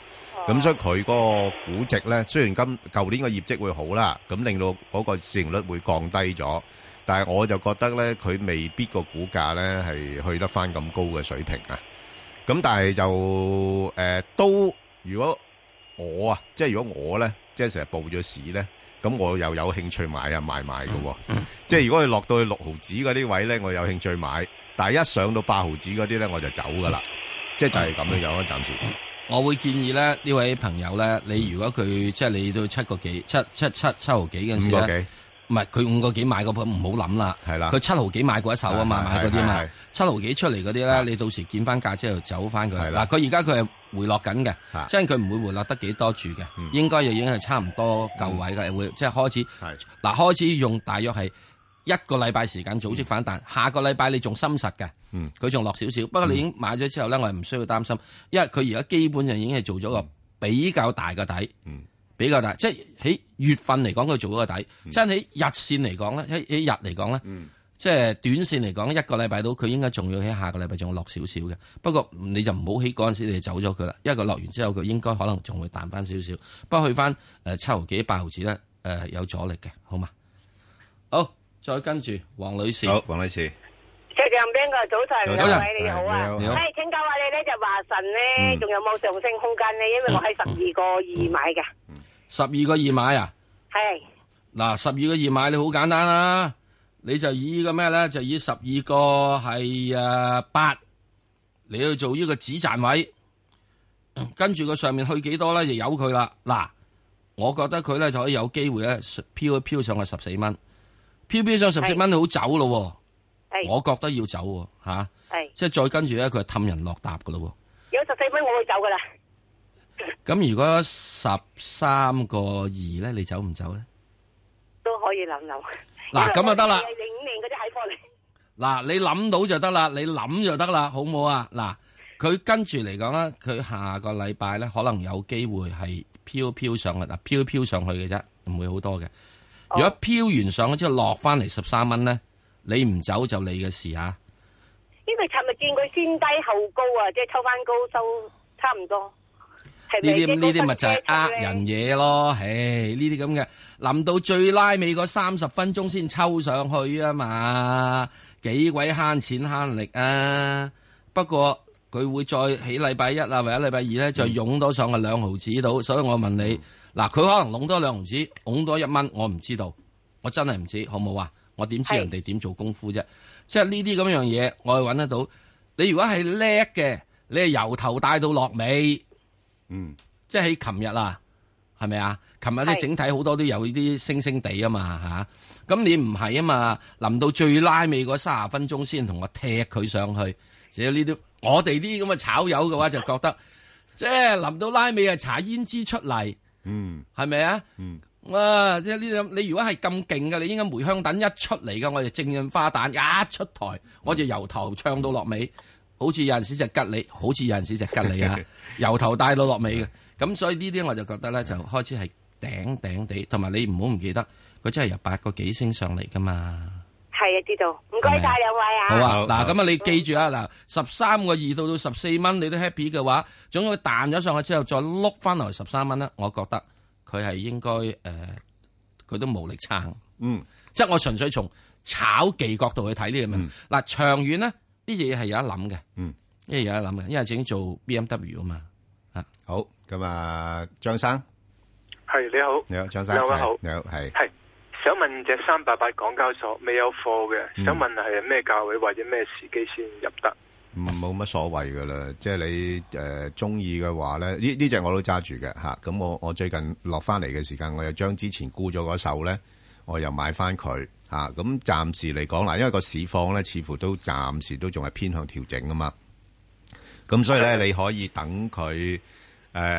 Speaker 1: 咁、所以佢嗰個估值咧，雖然今舊年個業績會好啦，咁令到嗰個市盈率會降低咗，但係我就覺得咧，佢未必個股價咧係去得翻咁高嘅水平啊。咁但係就誒、呃都，如果我啊，即係如果我咧，即係成日報咗市咧，咁我又有興趣買啊買買嘅喎。即係如果佢落到去六毫子嗰啲位咧，我有興趣買，但係一上到八毫子嗰啲咧，我就走噶啦。即係就係咁樣樣啦，暫時。
Speaker 2: 我會建議咧呢位朋友咧，你
Speaker 1: 嗯
Speaker 2: 如果佢即係你到七個幾、七七七七毫幾嗰陣時
Speaker 1: 五個
Speaker 2: 咧，
Speaker 1: 幾
Speaker 2: 嗯唔係佢五個幾買嗰鋪唔好諗啦，
Speaker 1: 係啦
Speaker 2: 佢七毫幾買過一手啊嘛，
Speaker 1: 係
Speaker 2: 買嗰啲
Speaker 1: 係係
Speaker 2: 嘛
Speaker 1: 係，
Speaker 2: 七毫幾出嚟嗰啲咧，你到時見翻價之後走翻佢。
Speaker 1: 係啦
Speaker 2: 嗱，佢而家佢係回落緊嘅
Speaker 1: 嚇，
Speaker 2: 即係佢唔會回落得幾多住嘅
Speaker 1: 嗯，
Speaker 2: 應該就已經係差唔多夠位嘅，會即係開始
Speaker 1: 係
Speaker 2: 嗱開始用大約係一個禮拜時間組織反彈，下個禮拜你仲深實嘅
Speaker 1: 嗯，
Speaker 2: 佢仲落少少。不過你已經買咗之後咧，我係唔需要擔心，因為佢而家基本上已經係做咗個比較大嘅底
Speaker 1: 嗯，
Speaker 2: 比較大，即係喺月份嚟講佢做咗個底，即係喺日線嚟講咧，喺喺日嚟講咧。即係短線嚟講，一個禮拜到佢應該仲要喺下個禮拜仲落少少嘅。不過你就唔好喺嗰陣時你就走咗佢啦，因為佢落完之後佢應該可能仲會彈翻少少。不過去翻誒七毫幾八毫子咧，誒、呃有阻力嘅，好嘛？好，再跟住黃女士，
Speaker 1: 好，黃女士，
Speaker 4: 最近邊個早晨，
Speaker 1: 早
Speaker 4: 兩
Speaker 2: 晨
Speaker 4: 位你好啊
Speaker 1: 係！
Speaker 2: 你好
Speaker 4: 誒，請教下你咧，就華晨咧，
Speaker 1: 嗯
Speaker 4: 仲有冇上升空間咧？因為
Speaker 2: 嗯
Speaker 4: 我喺十二個二買嘅，
Speaker 2: 十二個二買啊！
Speaker 4: 係
Speaker 2: 嗱，十二個二買你好簡單啦、你就以呢個咩咧？就以十二個係誒八你去做呢個止賺位，跟住個上面去幾多咧就由佢啦。嗱，我覺得佢咧就可以有機會咧飄一飄上去十四蚊，飄飄上十四蚊好走咯喎。
Speaker 4: 係
Speaker 2: 我覺得要走喎、吓
Speaker 4: 係，
Speaker 2: 即係再跟住咧佢係氹人落搭噶咯
Speaker 4: 有十四蚊我會走噶啦，
Speaker 2: 喎。咁如果十三個二咧，你走唔走咧？
Speaker 4: 都可以諗諗。
Speaker 2: 嗱，咁就得啦。
Speaker 4: 零五年嗰啲喺貨嚟，
Speaker 2: 嗱，你諗到就得啦，你諗就得啦，好唔好啊？嗱，佢跟住嚟講啦，佢下個禮拜咧，可能有機會係飄飄上去，嗱，飄飄上去嘅啫，唔會好多嘅。如果飄完上去之後落翻嚟十三蚊咧，你唔走就你嘅事啊。
Speaker 4: 因為尋日見佢先低後高啊，即係抽翻高收差唔多。係
Speaker 2: 呢
Speaker 4: 咪
Speaker 2: 啲
Speaker 4: 即係
Speaker 2: 呢啲
Speaker 4: 高
Speaker 2: 咪就係
Speaker 4: 分
Speaker 2: 呃
Speaker 4: 車
Speaker 2: 人嘢咯，唉，呢啲咁嘅，臨到最拉尾嗰三十分鐘先抽上去啊嘛，幾鬼慳錢慳力啊！不過佢會再喺禮拜一啊，或者禮拜二
Speaker 4: 嗯
Speaker 2: 咧，再湧多上去兩毫子度，所以我問你，嗱，佢可能攏多兩毫子，攏多一蚊，我唔知道，我真係唔知，好冇啊？我點知
Speaker 4: 係
Speaker 2: 人哋點做功夫啫？即係呢啲咁樣嘢，我係揾得到。你如果係叻嘅，你係由頭帶到落尾。
Speaker 1: 嗯，
Speaker 2: 即係喺琴日啊，係咪啊？琴日咧
Speaker 4: 係
Speaker 2: 整體好多都有呢啲星星地啊嘛吓，咁、你唔係啊嘛，臨到最拉尾嗰三十分鐘先同我踢佢上去，只有呢啲我哋啲咁嘅炒友嘅話就覺得，即係臨到拉尾啊搽胭脂出嚟，
Speaker 1: 嗯
Speaker 2: 係咪啊？
Speaker 1: 嗯，
Speaker 2: 哇！啊即係呢啲，你如果係咁勁嘅，你應該梅香蛋一出嚟嘅，我就正印花旦一出台，我就由頭唱到落尾，好似有陣時就吉你，好似有陣時就吉你啊，由頭帶到落尾嘅。咁所以呢啲我就覺得咧，就開始係頂頂地，同埋你唔好唔記得，佢真係由八個幾升上嚟噶嘛。
Speaker 4: 係啊，知道。唔該
Speaker 2: 係咪啊
Speaker 4: 晒兩位啊。
Speaker 2: 好啊
Speaker 1: 好，
Speaker 2: 嗱
Speaker 1: 好
Speaker 2: 咁啊，你記住啊，嗱十三個二到到十四蚊，你都 happy 嘅話，總之佢彈咗上去之後，再碌翻落嚟十三蚊咧，我覺得佢係應該誒，呃佢、都無力撐。
Speaker 1: 嗯，
Speaker 2: 即係我純粹從炒技角度去睇呢個問題。嗱、長遠咧，呢隻嘢係有得諗嘅。
Speaker 1: 嗯，
Speaker 2: 呢嘢有得諗嘅，因為始終做 B M W 啊嘛。
Speaker 1: 好，咁啊，張生，
Speaker 8: 系你好，
Speaker 1: 你好，張生，
Speaker 8: 兩位
Speaker 1: 係
Speaker 8: 好
Speaker 1: 你好，係。
Speaker 8: 系想问只三八八港交所未有货嘅，
Speaker 1: 嗯
Speaker 8: 想问系咩价位或者咩时机先入得？
Speaker 1: 唔冇乜所謂噶啦，即係你誒中意嘅話咧，呢呢只我都揸住嘅嚇。咁、我我最近落翻嚟嘅時間，我又將之前沽咗嗰手咧，我又買翻佢嚇。咁、暫時嚟講嗱，因為個市況咧，似乎都暫時都仲係偏向調整啊嘛咁所以咧，你可以等佢诶、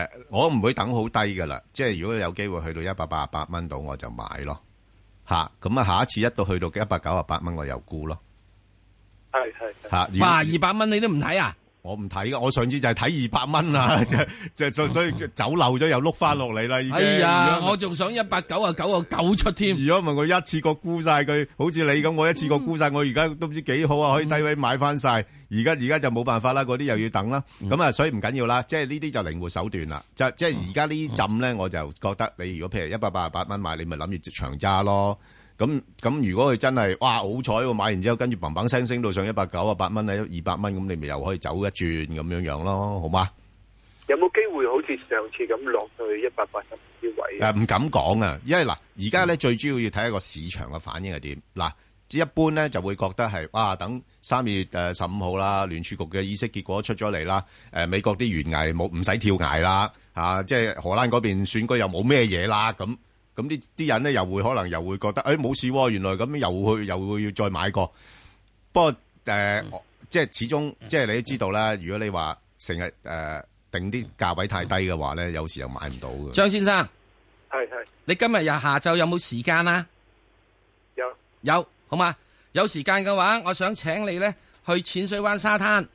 Speaker 1: 呃我唔會等好低噶啦。即係如果有機會去到一百八十八蚊度，我就買咯。吓，咁啊，下一次一到去到一百九十八蚊，我又沽咯。
Speaker 8: 係係係
Speaker 1: 吓，如果
Speaker 2: 哇，二百蚊你都唔睇啊？
Speaker 1: 我唔睇噶，我上次就係睇二百蚊 啊，就就就所以就走漏咗又碌翻落嚟啦。已經
Speaker 2: 哎呀，
Speaker 1: 如果
Speaker 2: 我仲想一百九啊九啊九出添。
Speaker 1: 如果唔係我一次過沽晒佢，好似你咁，我一次
Speaker 2: 嗯
Speaker 1: 過沽晒，我而家都唔知幾好啊，可以低位買翻晒。而家而家就冇辦法啦，嗰啲又要等啦。
Speaker 2: 嗯
Speaker 1: 咁啊，所以唔緊要啦，即係呢啲就靈活手段啦。就即係而家呢浸
Speaker 2: 嗯
Speaker 1: 咧，我就覺得你如果譬如一百八十八蚊買，你咪諗住長揸咯。咁咁，如果佢真係哇好彩喎，買完之後跟住砰砰聲升到上一百九啊八蚊啊，二百蚊咁，你咪又可以走一轉咁樣樣咯，好嘛？
Speaker 8: 有冇機會好似上次咁落去一百八十啲位啊？
Speaker 1: 誒唔敢講啊，因為嗱，而家咧最主要要睇一個市場嘅反應係點。嗱，一般咧就會覺得係哇，等三月誒十五號啦，聯儲局嘅議息結果出咗嚟啦，誒、美國啲懸崖冇唔使跳崖啦，嚇、即係荷蘭嗰邊選舉又冇咩嘢啦，咁咁啲啲人咧又會可能又會覺得誒冇、事喎、原來咁又去又會再買過。不過誒、呃我即係始終即係你都知道啦，如果你話成日誒定啲價位太低嘅話咧，有時又買唔到嘅。
Speaker 2: 張先生，
Speaker 1: 啊
Speaker 8: 係係
Speaker 2: 你今日又下晝有冇時間啊？
Speaker 8: 有
Speaker 2: 有，好嘛？有時間嘅話，我想請你咧去淺水灣 沙灘。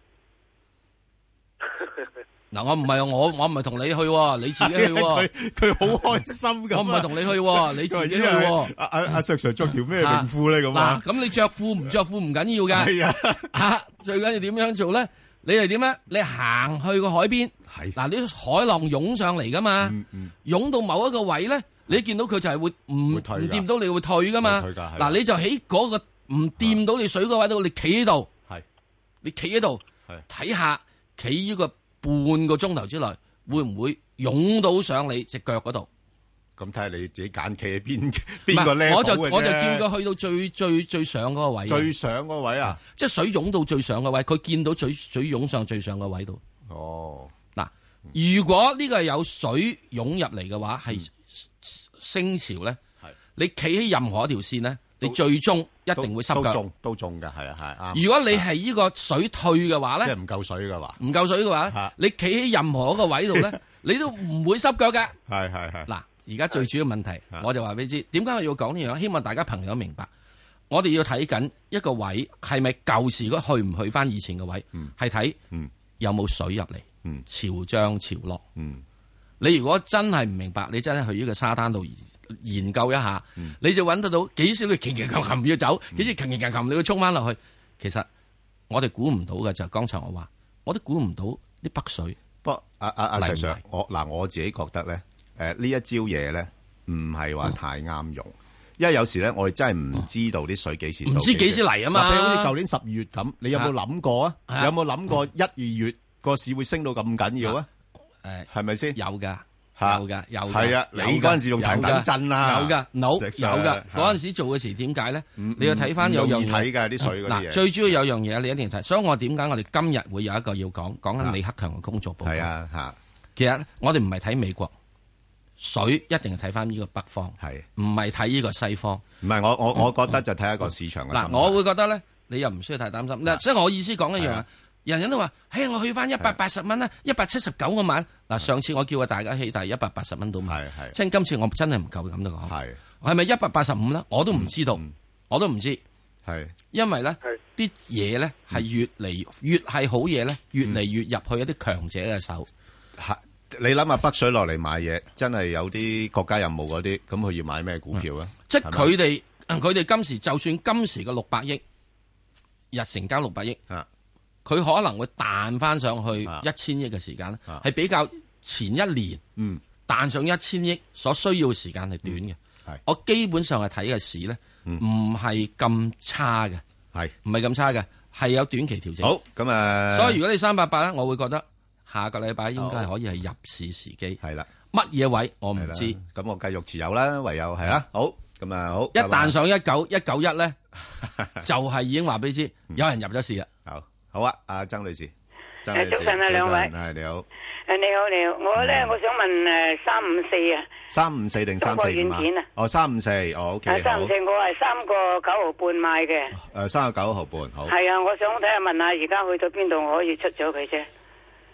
Speaker 2: 嗱，我唔係我我唔係同你去喎，你自己 去喎。
Speaker 1: 佢佢好開心咁啊。
Speaker 2: 我唔係同你去喎，你自己去
Speaker 1: 佢話
Speaker 2: 喎
Speaker 1: 咦。阿阿阿石 Sir 着條咩泳褲咧咁
Speaker 2: 嗱，
Speaker 1: 啊？
Speaker 2: 咁你着褲唔着褲唔緊要㗎。
Speaker 1: 係啊，
Speaker 2: 啊，最緊要點樣做咧？你係點咧？你行去個海邊，
Speaker 1: 係嗯
Speaker 2: 嗱，你啲海浪湧上嚟噶嘛，湧到某一個位咧，你見到佢就係會唔唔
Speaker 1: 會退㗎
Speaker 2: 掂到你會退噶嘛。
Speaker 1: 會退㗎係啊
Speaker 2: 嗱，你就喺嗰個唔掂到你水嗰位度，你企喺度，
Speaker 1: 係
Speaker 2: 你企喺度
Speaker 1: 係
Speaker 2: 睇下，企呢個半個鐘頭之內會唔會湧到上你只腳嗰度？
Speaker 1: 咁睇下你自己揀企喺邊
Speaker 2: 唔
Speaker 1: 邊個
Speaker 2: 係
Speaker 1: level
Speaker 2: 我就
Speaker 1: 嘅啫
Speaker 2: 我就叫佢去到最最最上嗰個位，
Speaker 1: 最上嗰位啊。
Speaker 2: 即係水湧到最上嘅位，佢見到水水湧上最上嘅位度。
Speaker 1: 哦，
Speaker 2: 嗱，如果呢個係有水湧入嚟嘅話，係升潮咧
Speaker 1: 嗯係，
Speaker 2: 你企喺任何一條線咧，你最終一定會濕
Speaker 1: 都
Speaker 2: 腳。
Speaker 1: 中都中嘅，係啊係啱。
Speaker 2: 如果你係呢個水退嘅話
Speaker 1: 即
Speaker 2: 咧
Speaker 1: 係，唔夠水嘅話，
Speaker 2: 唔夠水嘅話
Speaker 1: 嚇，
Speaker 2: 你企喺任何一個位度咧，你都唔會濕腳㗎。
Speaker 1: 係係係
Speaker 2: 嗱，而家最主要問題
Speaker 1: 係，
Speaker 2: 我就話俾你知，點解我要講呢樣？希望大家朋友明白，我哋要睇緊一個位係咪舊時嗰去唔去翻以前嘅位，係睇
Speaker 1: 嗯
Speaker 2: 有冇水入嚟
Speaker 1: 嗯，
Speaker 2: 潮漲潮落。
Speaker 1: 嗯
Speaker 2: 你如果真係唔明白，你真係去呢個沙灘度研究一下，
Speaker 1: 嗯
Speaker 2: 你就揾得到幾少你勁勁冚冚要走，幾時勁勁冚冚你要衝翻落去。其實我哋估唔到嘅就係剛才我話，我都估唔到啲北水。
Speaker 1: 不過阿阿阿
Speaker 2: 嚟唔
Speaker 1: 石 Sir，
Speaker 2: 嚟
Speaker 1: 我嗱我自己覺得咧，誒呢一招嘢咧，唔係話太啱用，因為有時咧我哋真係唔知道啲水幾時到
Speaker 2: 唔知幾時嚟啊嘛
Speaker 1: 嗱譬如好似舊年十二月咁，你有冇諗過
Speaker 2: 係
Speaker 1: 啊？
Speaker 2: 啊
Speaker 1: 有冇諗過一二月個市會升到咁緊要啊？
Speaker 2: 誒
Speaker 1: 係咪先？
Speaker 2: 有噶，
Speaker 1: 嚇
Speaker 2: 有噶，有㗎
Speaker 1: 係啊你
Speaker 2: 有㗎
Speaker 1: 嗰陣時仲騰騰
Speaker 2: 有㗎
Speaker 1: 震啦
Speaker 2: 有噶，no
Speaker 1: 石 Sir，
Speaker 2: 有噶，
Speaker 1: 嚇
Speaker 2: 嗰陣時做嘅時點解咧？
Speaker 1: 唔
Speaker 2: 你要睇翻
Speaker 1: 唔
Speaker 2: 有樣
Speaker 1: 容易睇
Speaker 2: 嘢，
Speaker 1: 㗎啲水嗰啲
Speaker 2: 嗱，
Speaker 1: 嘢。
Speaker 2: 最主要有樣嘢你一定要睇，所以我點解我哋今日會有一個要講講緊李克強嘅工作報告？
Speaker 1: 係，啊嚇
Speaker 2: 其實我哋唔係睇美國水，一定係睇翻呢個北方，
Speaker 1: 係。
Speaker 2: 唔係睇呢個西方。
Speaker 1: 唔係我我我覺得就睇一個市場嘅心
Speaker 2: 嗱，
Speaker 1: 態
Speaker 2: 我會覺得咧，你又唔需要太擔心。嗱，所以我意思講一樣
Speaker 1: 係
Speaker 2: 啊
Speaker 1: 啊，
Speaker 2: 人人都話：，嘿，我去翻一百八十蚊啦，一百七十九個買。嗱，上次我叫大家起，但係一百八十蚊到買
Speaker 1: 係，係
Speaker 2: 即係今次我真係唔夠咁講。
Speaker 1: 係嗯
Speaker 2: 係咪一百八十五咧？我都唔知道，我都唔知，
Speaker 1: 係
Speaker 2: 因為咧
Speaker 8: 係
Speaker 2: 啲嘢咧係越嚟越係好嘢咧，越嚟越入去一啲強者嘅手。
Speaker 1: 嚇你諗下北水落嚟買嘢，真係有啲國家任務嗰啲，咁佢要買咩股票啊？
Speaker 2: 即係佢哋嗯佢哋今時就算今時嘅六百億日成交六百億，
Speaker 1: 啊
Speaker 2: 佢可能會彈翻上去
Speaker 1: 啊
Speaker 2: 一千億嘅時間咧，
Speaker 1: 啊
Speaker 2: 係比較前一年
Speaker 1: 嗯
Speaker 2: 彈上一千億所需要嘅時間係短嘅。
Speaker 1: 嗯係嗯
Speaker 2: 我基本上係睇嘅市咧，唔係咁差嘅，
Speaker 1: 係
Speaker 2: 唔係咁差嘅，係有短期調整。
Speaker 1: 好咁啊，
Speaker 2: 所以如果你三百八咧，我會覺得下個禮拜應該係可以係入市時機。
Speaker 1: 係啦。
Speaker 2: 乜嘢位我
Speaker 1: 係
Speaker 2: 唔
Speaker 1: 啦
Speaker 2: 知，一
Speaker 1: 咁我繼續持有啦，唯有係啦，好咁啊，好拜拜
Speaker 2: 旦上一九一九一 咧，就係已經話俾你知，
Speaker 1: 嗯
Speaker 2: 有人入咗市啦。
Speaker 1: 好好啊，阿曾女士，曾
Speaker 7: 誒
Speaker 1: 女士，
Speaker 7: 早晨啊兩位
Speaker 1: 系你好，
Speaker 7: 誒你好，你好，我咧我想問誒三五四啊，
Speaker 1: 三五四定三四
Speaker 7: 中
Speaker 1: 五
Speaker 7: 國
Speaker 1: 啊
Speaker 7: 軟件啊？
Speaker 1: 哦，三五四，哦
Speaker 7: 啊
Speaker 1: ，OK，
Speaker 7: 三
Speaker 1: 好
Speaker 7: 五四，我係三個九毫半買嘅，
Speaker 1: 誒，三十九毫半，好，
Speaker 7: 係啊，我想睇下問下而家去到邊度我可以出咗佢啫。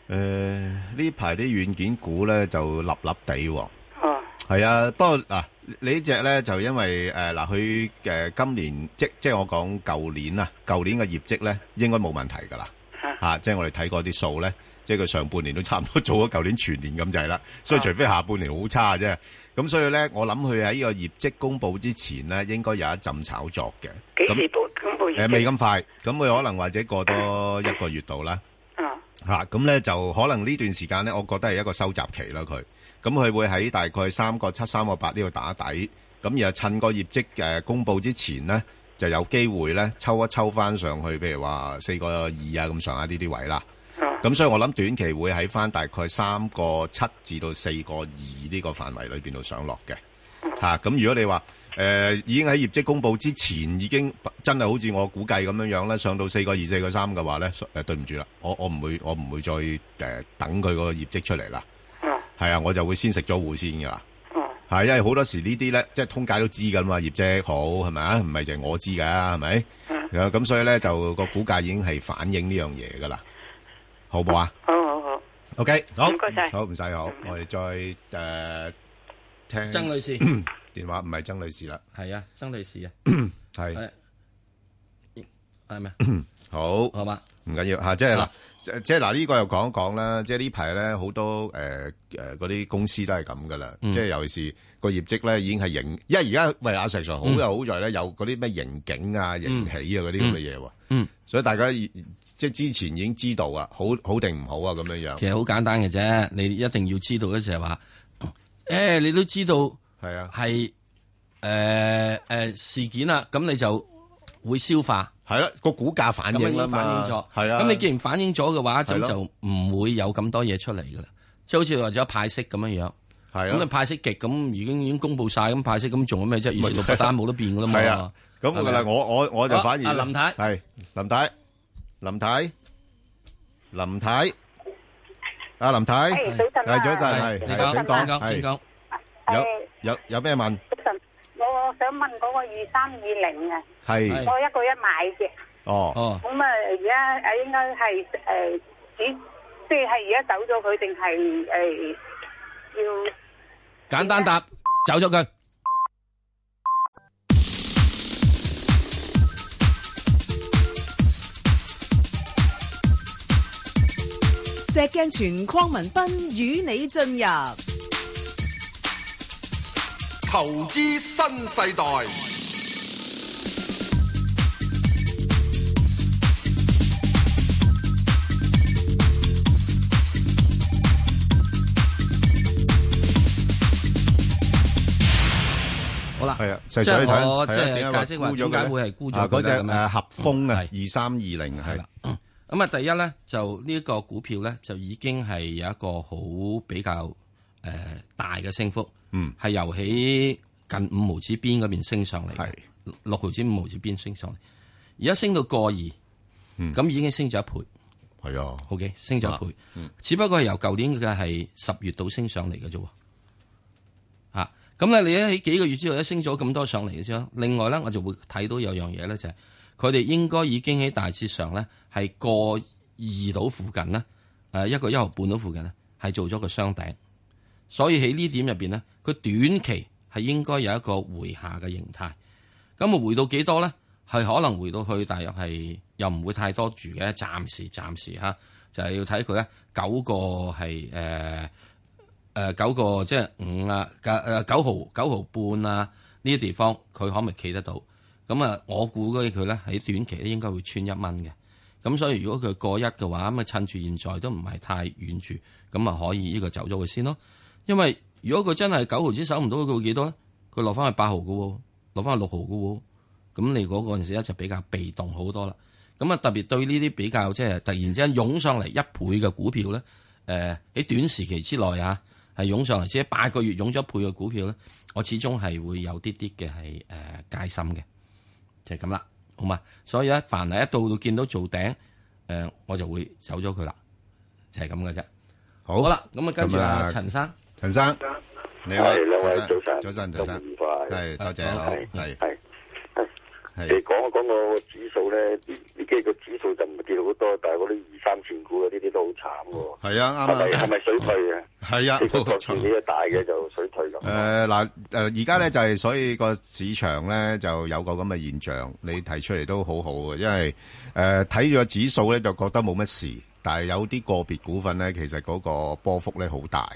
Speaker 1: 诶，呢排啲軟件股咧就立立地喎。
Speaker 3: 哦，
Speaker 1: 係啊，不過嗱，呢只咧就因為诶嗱，佢、诶今年即即係我講舊年啊，舊年嘅業績咧應該冇問題㗎啦。吓、即係我哋睇過啲數咧，即係佢上半年都差唔多做咗舊年全年咁滯啦。所以
Speaker 3: 啊
Speaker 1: 除非下半年好差啫。咁所以咧，我諗佢喺呢個業績公佈之前咧，應該有一陣炒作嘅。
Speaker 3: 幾
Speaker 1: 咁
Speaker 3: 時報公佈業績？
Speaker 1: 诶，未咁快，咁佢可能或者過多一個月度啦。
Speaker 3: 啊，
Speaker 1: 吓，咁咧、就可能呢段時間咧，我覺得係一個收集期啦。佢咁佢會喺大概三個七、三個八呢度打底，咁然後趁個業績誒、呃公佈之前咧，就有機會咧抽一抽翻上去，譬如話四個二啊咁上下呢啲位啦。咁所以我諗短期會喺翻大概三個七至到四個二呢個範圍裏邊度上落嘅。吓啊咁、如果你話誒、呃已經喺業績公佈之前已經真係好似我估計咁樣樣咧，上到四個二、四個三嘅話咧，誒、對唔住啦，我我唔會我唔會再誒、呃等佢個業績出嚟啦。係啊，我就會先食咗糊先㗎啦。係，因為好多時呢啲咧，即係通街都知㗎嘛，業績好係咪啊？唔係淨係我知㗎，係咪？
Speaker 3: 嗯
Speaker 1: 咁所以咧就個股價已經係反映呢樣嘢㗎啦，好唔好啊？
Speaker 3: 好好好。
Speaker 1: OK，好，
Speaker 3: 唔該晒。嗯
Speaker 1: 好，唔使好，我哋再，誒，聽-
Speaker 2: 曾女士。
Speaker 1: 嗯電話，唔係曾女士啦，
Speaker 2: 系啊，曾女士啊，
Speaker 1: 係，
Speaker 2: 系咪？啊
Speaker 1: 好，
Speaker 2: 好嘛，
Speaker 1: 唔緊要，啊，即係嗱，
Speaker 2: 哦啊。
Speaker 1: 即-呃即係嗱，呢個又講一講啦，即係呢排呢，好多，誒，誒，嗰啲公司都係咁㗎啦，
Speaker 2: 嗯
Speaker 1: 即係尤其是個業績呢，已經係盈-因為而家，喂，阿石Sir，好
Speaker 2: 嗯
Speaker 1: 就好在呢，有嗰啲咩盈警啊、盈喜啊嗰啲咁嘅嘢喎，
Speaker 2: 嗯。
Speaker 1: 所以大家已-即係之前已經知道啊，好-好定唔好啊咁樣樣，
Speaker 2: 其實好簡單嘅啫，你一定要知道嘅就係話，诶、你都知道
Speaker 1: 啊
Speaker 2: 係诶诶事件啦，咁你就會消化，
Speaker 1: 係
Speaker 2: 咁已
Speaker 1: 啊，係啦，個股價反映啦嘛，
Speaker 2: 經反映咗，
Speaker 1: 係啊。
Speaker 2: 咁你既然反映咗嘅話，
Speaker 1: 係
Speaker 2: 咁
Speaker 1: 咯
Speaker 2: 就唔會有咁多嘢出嚟噶啦，即係好似話咗派息咁樣樣。
Speaker 1: 係啊。
Speaker 2: 咁你派息極咁已經已經公佈晒，咁派息咁仲有咩啫？二十六
Speaker 1: 咪就係
Speaker 2: 個單冇得變噶啦嘛。
Speaker 1: 係啊，咁
Speaker 2: 係咪
Speaker 1: 嗱，我我我就
Speaker 2: 好
Speaker 1: 反而
Speaker 2: 阿林太
Speaker 1: 係林太，林太，林太，阿林太，
Speaker 4: 係早晨啊
Speaker 1: 係早晨，係
Speaker 2: 係你
Speaker 1: 係，
Speaker 2: 講，
Speaker 1: 請
Speaker 2: 你
Speaker 1: 講，
Speaker 2: 講，
Speaker 1: 係
Speaker 2: 請講。
Speaker 1: 有有有咩問？
Speaker 4: 我想問嗰個二三二零啊，
Speaker 1: 係
Speaker 2: 係
Speaker 4: 我一個一買嘅，
Speaker 1: 哦，
Speaker 2: 哦，
Speaker 4: 咁啊而家誒應該係誒只即係而家走咗佢定係誒要？
Speaker 2: 簡單答，走咗佢。
Speaker 5: 石鏡泉邝文斌與你進入
Speaker 6: 投資新世代，
Speaker 2: 好啦，
Speaker 1: 係啊，
Speaker 2: 即
Speaker 1: 細水
Speaker 2: 係
Speaker 1: 睇，
Speaker 2: 我即
Speaker 1: 係啊
Speaker 2: 係
Speaker 1: 點解
Speaker 2: 解釋話
Speaker 1: 沽咗
Speaker 2: 點
Speaker 1: 佢
Speaker 2: 解
Speaker 1: 呢
Speaker 2: 會係沽
Speaker 1: 啊嗰
Speaker 2: 咗佢
Speaker 1: 隻
Speaker 2: 咧咁樣
Speaker 1: 誒合豐啊，
Speaker 2: 嗯
Speaker 1: 二三二零
Speaker 2: 係
Speaker 1: 係
Speaker 2: 啦。嗯咁啊，第一咧就呢個股票咧就已經係有一個好比較誒大嘅升幅，
Speaker 1: 嗯
Speaker 2: 係由喺近五毫子邊嗰邊升上嚟嘅
Speaker 1: 係，
Speaker 2: 六六毫子五毫子邊升上嚟，而家升到個二，
Speaker 1: 嗯
Speaker 2: 咁已經升咗一倍。
Speaker 1: 係啊，
Speaker 2: OK，升咗一倍，
Speaker 1: 嗯
Speaker 2: 只不過係由舊年嘅係十月度升上嚟嘅啫喎。啊，咁咧你喺幾個月之後一升咗咁多上嚟嘅啫。另外咧，我就會睇到有樣嘢咧，就係佢哋應該已經喺大致上咧係過二度附近咧，誒一個一毫半度附近咧係做咗個雙頂，所以喺呢點入邊咧，佢短期係應該有一個回下嘅形態。咁啊，回到幾多咧？係可能回到去，大約係又唔會太多住嘅，暫時暫時嚇，就係、要睇佢咧九個係誒誒九個即係五啊九誒九毫九毫半啊呢啲地方，佢可唔可以企得到？咁啊，我估計佢咧喺短期咧應該會穿一蚊嘅。咁所以如果佢過一嘅話，咁啊趁住現在都唔係太遠住，咁啊可以呢個走咗佢先咯。因為如果佢真係九毫子守唔到，佢會幾多咧？佢落翻去八毫嘅喎，落翻去六毫嘅喎。咁你嗰個陣時咧就比較被動好多啦。咁啊，特別對呢啲比較即係突然之間湧上嚟一倍嘅股票咧，誒、喺短時期之內啊，係湧上嚟，即係八個月湧咗一倍嘅股票咧，我始終係會有啲啲嘅係誒戒心嘅，就係咁啦，好嘛？所以咧，凡係一到到見到做頂，誒、我就會走咗佢啦，就係咁嘅啫。
Speaker 1: 好
Speaker 2: 好啦，咁啊，跟住
Speaker 1: 咁
Speaker 2: 啊，
Speaker 1: 啊
Speaker 2: 陳生，
Speaker 1: 陳生，你好，
Speaker 9: 係兩位
Speaker 1: 陳生
Speaker 9: 早晨祝
Speaker 1: 早晨，陳
Speaker 9: 你
Speaker 1: 生，
Speaker 9: 愉快
Speaker 1: 係多謝，
Speaker 2: 好
Speaker 1: 好，
Speaker 9: 係係係
Speaker 1: 係，係
Speaker 9: 你講一講個指數咧，呢呢幾個指數就唔係跌到好多，但係嗰啲二三線股啊，呢啲都好慘喎。
Speaker 1: 係啊啱啊
Speaker 9: 係咪係咪水退啊？
Speaker 1: 係啊
Speaker 9: 呢個
Speaker 1: 冇錯
Speaker 9: 國企呢一大嘅就水退咁。
Speaker 1: 诶嗱诶，而家咧就係所以個市場咧就有個咁嘅現象，你提出嚟都好好嘅，因為诶睇住個指數咧就覺得冇乜事，但係有啲個別股份咧其實嗰個波幅咧好大，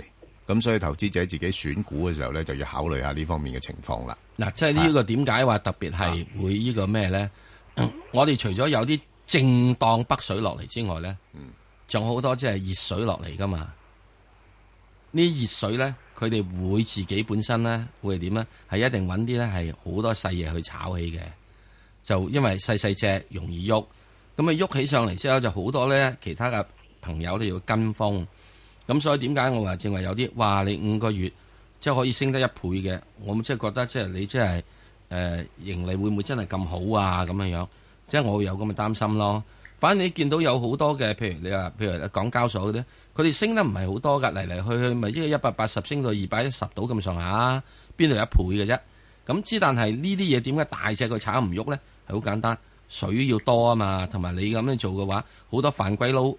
Speaker 1: 咁所以投資者自己選股嘅時候咧就要考慮下呢方面嘅情況啦。
Speaker 2: 嗱，即係呢個點解話特別係會呢 個咩咧？我哋除咗有啲正當北水落嚟之外咧，仲有好多即係熱水落嚟噶嘛。呢啲熱水咧，佢哋會自己本身咧會係點咧？係一定揾啲咧係好多細嘢去炒起嘅，就因為細細只容易喐，咁啊喐起上嚟之後就好多咧其他嘅朋友咧要跟風。咁所以點解我話正話有啲哇？你五個月即係可以升得一倍嘅，我即係覺得即係你即係誒盈利會唔會真係咁好啊？咁樣樣，即係我會有咁嘅擔心咯。反正你見到有好多嘅，譬如你話譬如呃港交所嗰啲，佢哋升得唔係好多㗎，嚟嚟去去咪即係一百八十升到二百一十度咁上下，邊度有一倍嘅啫？咁之但係呢啲嘢點解大隻佢炒唔喐咧？係好簡單，水要多啊嘛，同埋你咁樣做嘅話，好多犯規佬。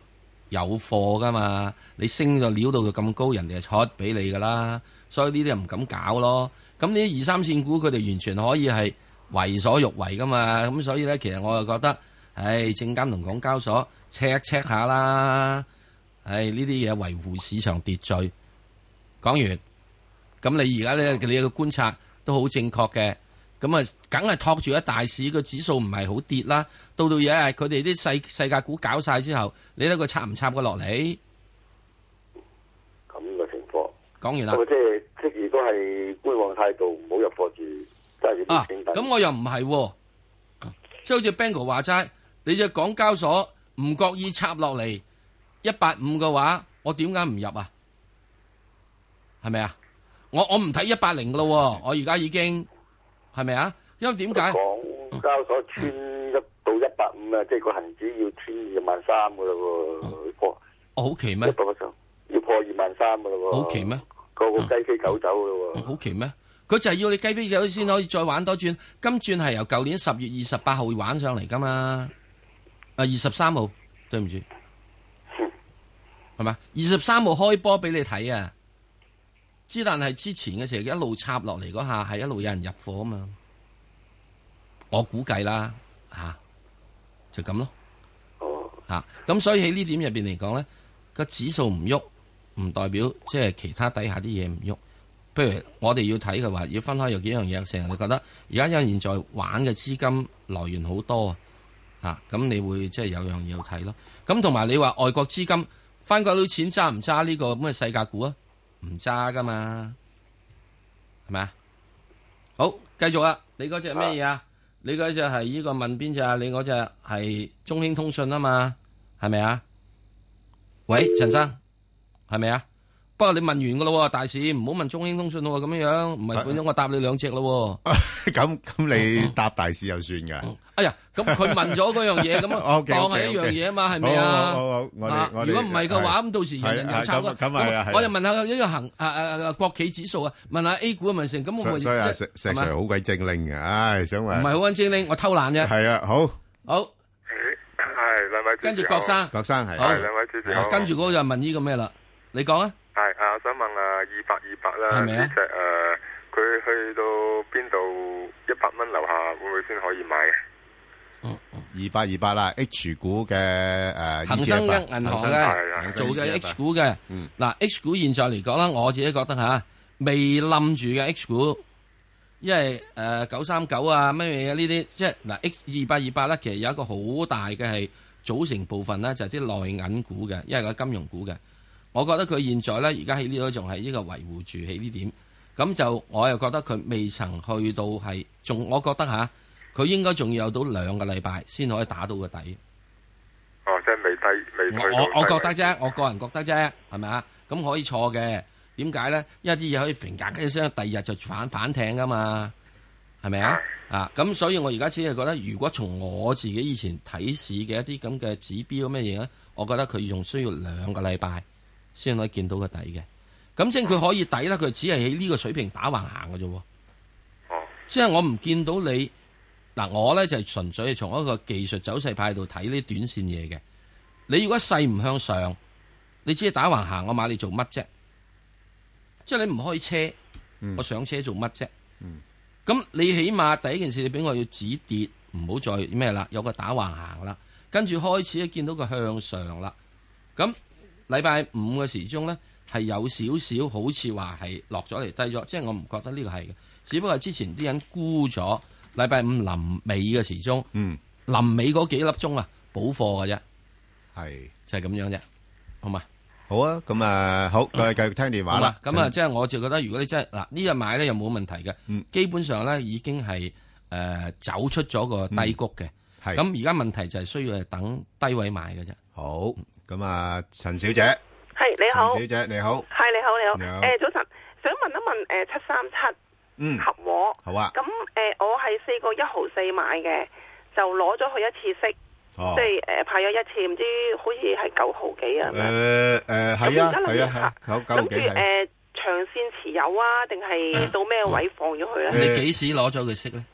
Speaker 2: 有貨噶嘛？你升咗料到佢咁高，人哋就出俾你噶啦。所以呢啲就唔敢搞咯。咁呢啲二三線股，佢哋完全可以係為所欲為噶嘛。咁所以咧，其實我就覺得，唉，證監同港交所 check check 下啦。唉，呢啲嘢維護市場秩序。講完，咁你而家咧，你嘅觀察都好正確嘅。咁啊，梗係托住一大市個指數唔係好跌啦。到到有一日佢哋啲世世界股搞晒之後，你睇佢插唔插佢落嚟？
Speaker 9: 咁嘅情況。
Speaker 2: 講完啦
Speaker 9: 不。過即係即係如果係觀望態度，唔好入貨住，揸住
Speaker 2: 啊
Speaker 9: 啲錢，
Speaker 2: 咁我又唔係喎，啊即係好似 b a n g o 話齋，你只港交所唔覺意插落嚟一八五嘅話，我點解唔入啊？係咪啊？我我唔睇一八零噶咯喎，我而家已經係咪啊？因為點解？
Speaker 9: 港交所穿一到一百五啊，即係個恒指要穿二萬三噶啦喎，
Speaker 1: 哦
Speaker 9: 破
Speaker 2: 哦我好奇咩
Speaker 9: 一？百個上要破二萬三噶啦喎，
Speaker 2: 好奇咩？
Speaker 9: 個個雞飛狗走噶啦喎。
Speaker 2: 好奇咩？佢就係要你雞飛走先可以再玩多轉，今轉係由舊年十月二十八號玩上嚟噶嘛？啊，二十三號，對唔住，係咪？二十三號開波俾你睇啊！之但係之前嘅時候一路插落嚟嗰下係一路有人入貨啊嘛，我估計啦吓、就咁咯吓。咁、所以喺呢點入邊嚟講咧，個指數唔喐，唔代表即係其他底下啲嘢唔喐。譬如我哋要睇嘅話，要分開有幾樣嘢，成日你覺得而家因為現在玩嘅資金來源好多啊，嚇咁你會即係有樣嘢要睇咯。咁同埋你話外國資金翻鬼佬錢揸唔揸呢個咁嘅世界股啊？唔揸噶嘛，係咪啊？好，繼續啊！你嗰只咩嘢啊？你嗰只係呢個問邊只啊？你嗰只係中興通訊啊嘛，係咪啊？喂，陳生，係咪啊？不過你問完噶咯，大市唔好問中興通訊咯，咁樣樣唔
Speaker 1: 啊
Speaker 2: 係本咗我答你兩隻咯。
Speaker 1: 咁咁你搭大市就算㗎。
Speaker 2: 哎呀，咁佢問咗嗰樣嘢，咁啊
Speaker 1: OK，OK，OK
Speaker 2: 當係一樣嘢啊嘛，係咪啊？
Speaker 1: 好好好好我哋
Speaker 2: 啊
Speaker 1: 我哋
Speaker 2: 如果唔係嘅話，咁到時人人
Speaker 1: 係係
Speaker 2: 又抄
Speaker 1: 咁
Speaker 2: 啦。
Speaker 1: 咁係啊係啊
Speaker 2: 我就問下一個行啊啊啊國企指數啊，問下 A 股啊，問成咁我咪
Speaker 1: 所所以啊，
Speaker 2: 一
Speaker 1: 石石
Speaker 2: 係咪
Speaker 1: Sir 好鬼精靈嘅，唉，想
Speaker 2: 唔
Speaker 1: 話
Speaker 2: 係好温精靈，我偷懶啫。
Speaker 1: 係啊，好，
Speaker 2: 好，
Speaker 8: 嗯係兩位主持
Speaker 2: 跟住
Speaker 8: 好
Speaker 2: 郭生，
Speaker 1: 郭生係
Speaker 2: 好
Speaker 8: 係兩位主持好
Speaker 2: 啊跟住嗰個就問呢個咩啦？你講啊，
Speaker 8: 係啊，我想問啊，二百二百啦，
Speaker 2: 係咪啊
Speaker 8: 呢只誒，佢去到邊度一百蚊樓下會唔會先可以買啊？
Speaker 1: 二八二八啦，H 股嘅誒
Speaker 2: 恒生
Speaker 1: ETF 啊
Speaker 2: 嘅銀行
Speaker 1: E 恒生
Speaker 2: 嘅
Speaker 1: 恒
Speaker 2: 做
Speaker 1: 生 E ETF
Speaker 2: 嘅
Speaker 1: 啊
Speaker 2: H 股嘅
Speaker 1: 嗯，
Speaker 2: 嗱 H 股現在嚟講啦，我自己覺得吓未冧住嘅 H 股，因為誒九三九啊咩嘢呢啲，即係嗱 H 二八二八咧，其實有一個好大嘅係組成部分咧，就係啲內銀股嘅，因為個金融股嘅，我覺得佢現在咧而家喺呢度仲係呢個維護住喺呢點，咁就我又覺得佢未曾去到係仲，我覺得吓佢應該仲要有到兩個禮拜先可以打到個底。
Speaker 8: 哦，即係未低未退到
Speaker 2: 我我我
Speaker 8: 低
Speaker 2: 覺
Speaker 8: 位
Speaker 2: 得啫，我個人覺得啫，係咪啊？咁可以錯嘅，點解咧？因為啲嘢可以揈格一聲，第二日就反反艇噶嘛，係咪啊？啊，咁所以我而家只係覺得，如果從我自己以前睇市嘅一啲咁嘅指標乜嘢咧，我覺得佢仲需要兩個禮拜先可以見到個底嘅。咁即係佢可以底咧，佢只係喺呢個水平打橫行嘅啫喎。即係我唔見到你嗱，我咧就係純粹係從一個技術走勢派度睇呢短線嘢嘅。你如果勢唔向上，你只係打橫行，我買你做乜啫？即係你唔開車，我上車做乜啫？咁你起碼第一件事，你俾我要止跌，唔好再咩啦，有個打橫行啦，跟住開始見到佢向上啦。咁禮拜五嘅時鐘咧係有少少好似話係落咗嚟低咗，即係我唔覺得呢個係嘅，只不過係之前啲人沽咗禮拜五臨尾嘅時鐘，
Speaker 1: 嗯，
Speaker 2: 臨尾嗰幾粒鐘啊補貨嘅啫，
Speaker 1: 係
Speaker 2: 就係咁樣啫，好嘛？
Speaker 1: 好啊，咁啊，好，我哋繼續聽電話
Speaker 2: 好嘛
Speaker 1: 啦。
Speaker 2: 咁啊，即係我就覺得，如果你真係嗱呢日買咧，又冇問題嘅。
Speaker 1: 嗯
Speaker 2: 基本上咧已經係誒、呃走出咗個低谷嘅。
Speaker 1: 嗯係
Speaker 2: 咁而家問題就係需要係等低位買嘅啫。
Speaker 1: 好，咁啊，陳小姐，
Speaker 10: 係你好，
Speaker 1: 陳小姐你好，
Speaker 10: 係你好，你
Speaker 1: 你好
Speaker 10: 好。誒、早晨，想問一問誒七三七
Speaker 1: 嗯，
Speaker 10: 合和。
Speaker 1: 好啊
Speaker 10: 咁誒、呃我係四個一毫四買嘅，就攞咗佢一次息，
Speaker 1: 哦
Speaker 10: 即係誒、呃派咗一次，唔知好似係九毫幾啊。咁
Speaker 1: 誒誒，
Speaker 10: 樣
Speaker 1: 係啊
Speaker 10: 咁而
Speaker 1: 係
Speaker 10: 家
Speaker 1: 啊係，呃九
Speaker 10: 諗
Speaker 1: 九
Speaker 10: 住
Speaker 1: 幾係。嗯
Speaker 10: 誒呃長線持有啊，定係到咩位放咗佢咧？
Speaker 2: 你幾時攞咗佢息咧？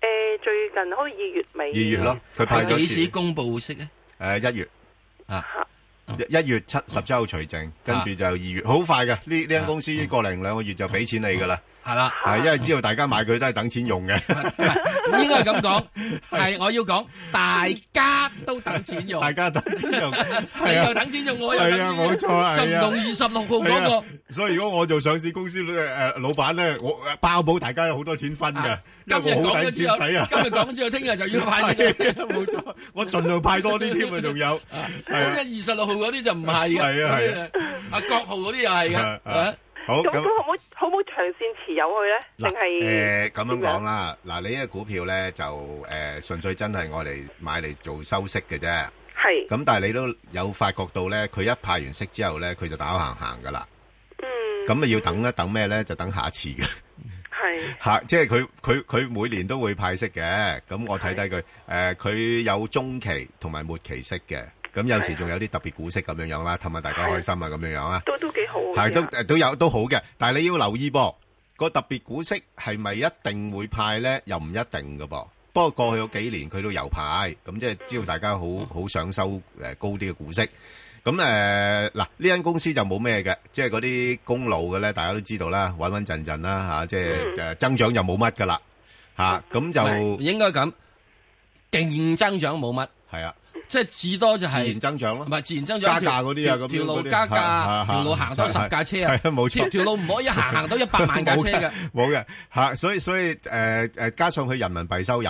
Speaker 10: 誒、最近好似二月尾。
Speaker 1: 二月咯，佢派咗
Speaker 2: 你幾
Speaker 1: 次
Speaker 2: 時公佈息咧？
Speaker 1: 呃誒一月
Speaker 2: 啊，
Speaker 1: 一一月七十七號除證，跟住就二月，好快嘅。呢呢
Speaker 2: 啊
Speaker 1: 間公司個零兩個月就俾錢你噶啦，
Speaker 2: 係啦，
Speaker 1: 係因為知道大家買佢都係等錢用
Speaker 2: 啊
Speaker 1: 嘅，
Speaker 2: 應該係咁講， 係我要講，大家都等錢用，大
Speaker 1: 家等錢 用，
Speaker 2: 你又等錢用，我又等
Speaker 1: 啊係啊
Speaker 2: 錢用
Speaker 1: 冇錯啊
Speaker 2: 就唔
Speaker 1: 係啊
Speaker 2: 同二十六號
Speaker 1: 係
Speaker 2: 嗰
Speaker 1: 啊所以如果我做上市公司誒老闆咧，我呃包保大家有好多錢分嘅，啊因
Speaker 2: 啊個。今日
Speaker 1: 為我好
Speaker 2: 講
Speaker 1: 抵
Speaker 2: 咗之
Speaker 1: 錢
Speaker 2: 後，
Speaker 1: 使啊。
Speaker 2: 今日講咗之後，聽日就 要派息。
Speaker 1: 係啊冇錯，我盡量派多啲添啊，仲有係
Speaker 2: 咁
Speaker 1: 啊，
Speaker 2: 一二十六號嗰啲就唔係嘅，
Speaker 1: 係啊係啊
Speaker 2: 嗰啲啊，阿郭號嗰啲又 係嘅
Speaker 1: 啊，啊好
Speaker 10: 咁
Speaker 1: 咁
Speaker 10: 咁好唔好好唔好長線持有佢咧？定
Speaker 1: 嗱，
Speaker 10: 係啊
Speaker 1: 誒咁樣講啦，嗱，你呢個股票咧就誒純粹真係我嚟買嚟做收息嘅啫。
Speaker 10: 係。
Speaker 1: 咁但係你都有發覺到咧，佢一派完息之後咧，佢就打行行噶啦。嗯。咁啊要等一等咩咧？就等下一次嘅。
Speaker 10: 係。
Speaker 1: 嚇，即係佢佢佢每年都會派息嘅。咁我睇睇佢誒，佢有中期同埋末期息嘅。咁有時仲有啲特別股息咁樣樣啦，氹下大家開心啊咁樣樣啊。
Speaker 10: 都都幾好啊嘅。
Speaker 1: 係都誒都有都好嘅，但係你要留意噃，個特別股息係咪一定會派咧？又唔一定嘅噃。不過過去嗰幾年佢都有派，咁即係知道大家好好想收誒高啲嘅股息。咁誒嗱，呢間公司就冇咩嘅，即係嗰啲公路嘅咧，大家都知道啦，穩穩陣陣啦嚇，即係誒增長就冇乜噶啦嚇，咁就
Speaker 2: 應該咁勁增長冇乜，
Speaker 1: 係啊，
Speaker 2: 即係至多就係
Speaker 1: 自然增長咯，
Speaker 2: 唔係自然增長
Speaker 1: 加價嗰啲啊，
Speaker 2: 條
Speaker 1: 咁
Speaker 2: 條路
Speaker 1: 嗰啲
Speaker 2: 加
Speaker 1: 係係啊
Speaker 2: 價，條路行多十架車
Speaker 1: 係啊，冇錯，
Speaker 2: 條條路唔可以行行到一百萬架車嘅。
Speaker 1: 冇嘅吓，所以所以誒誒，加上佢人民幣收入，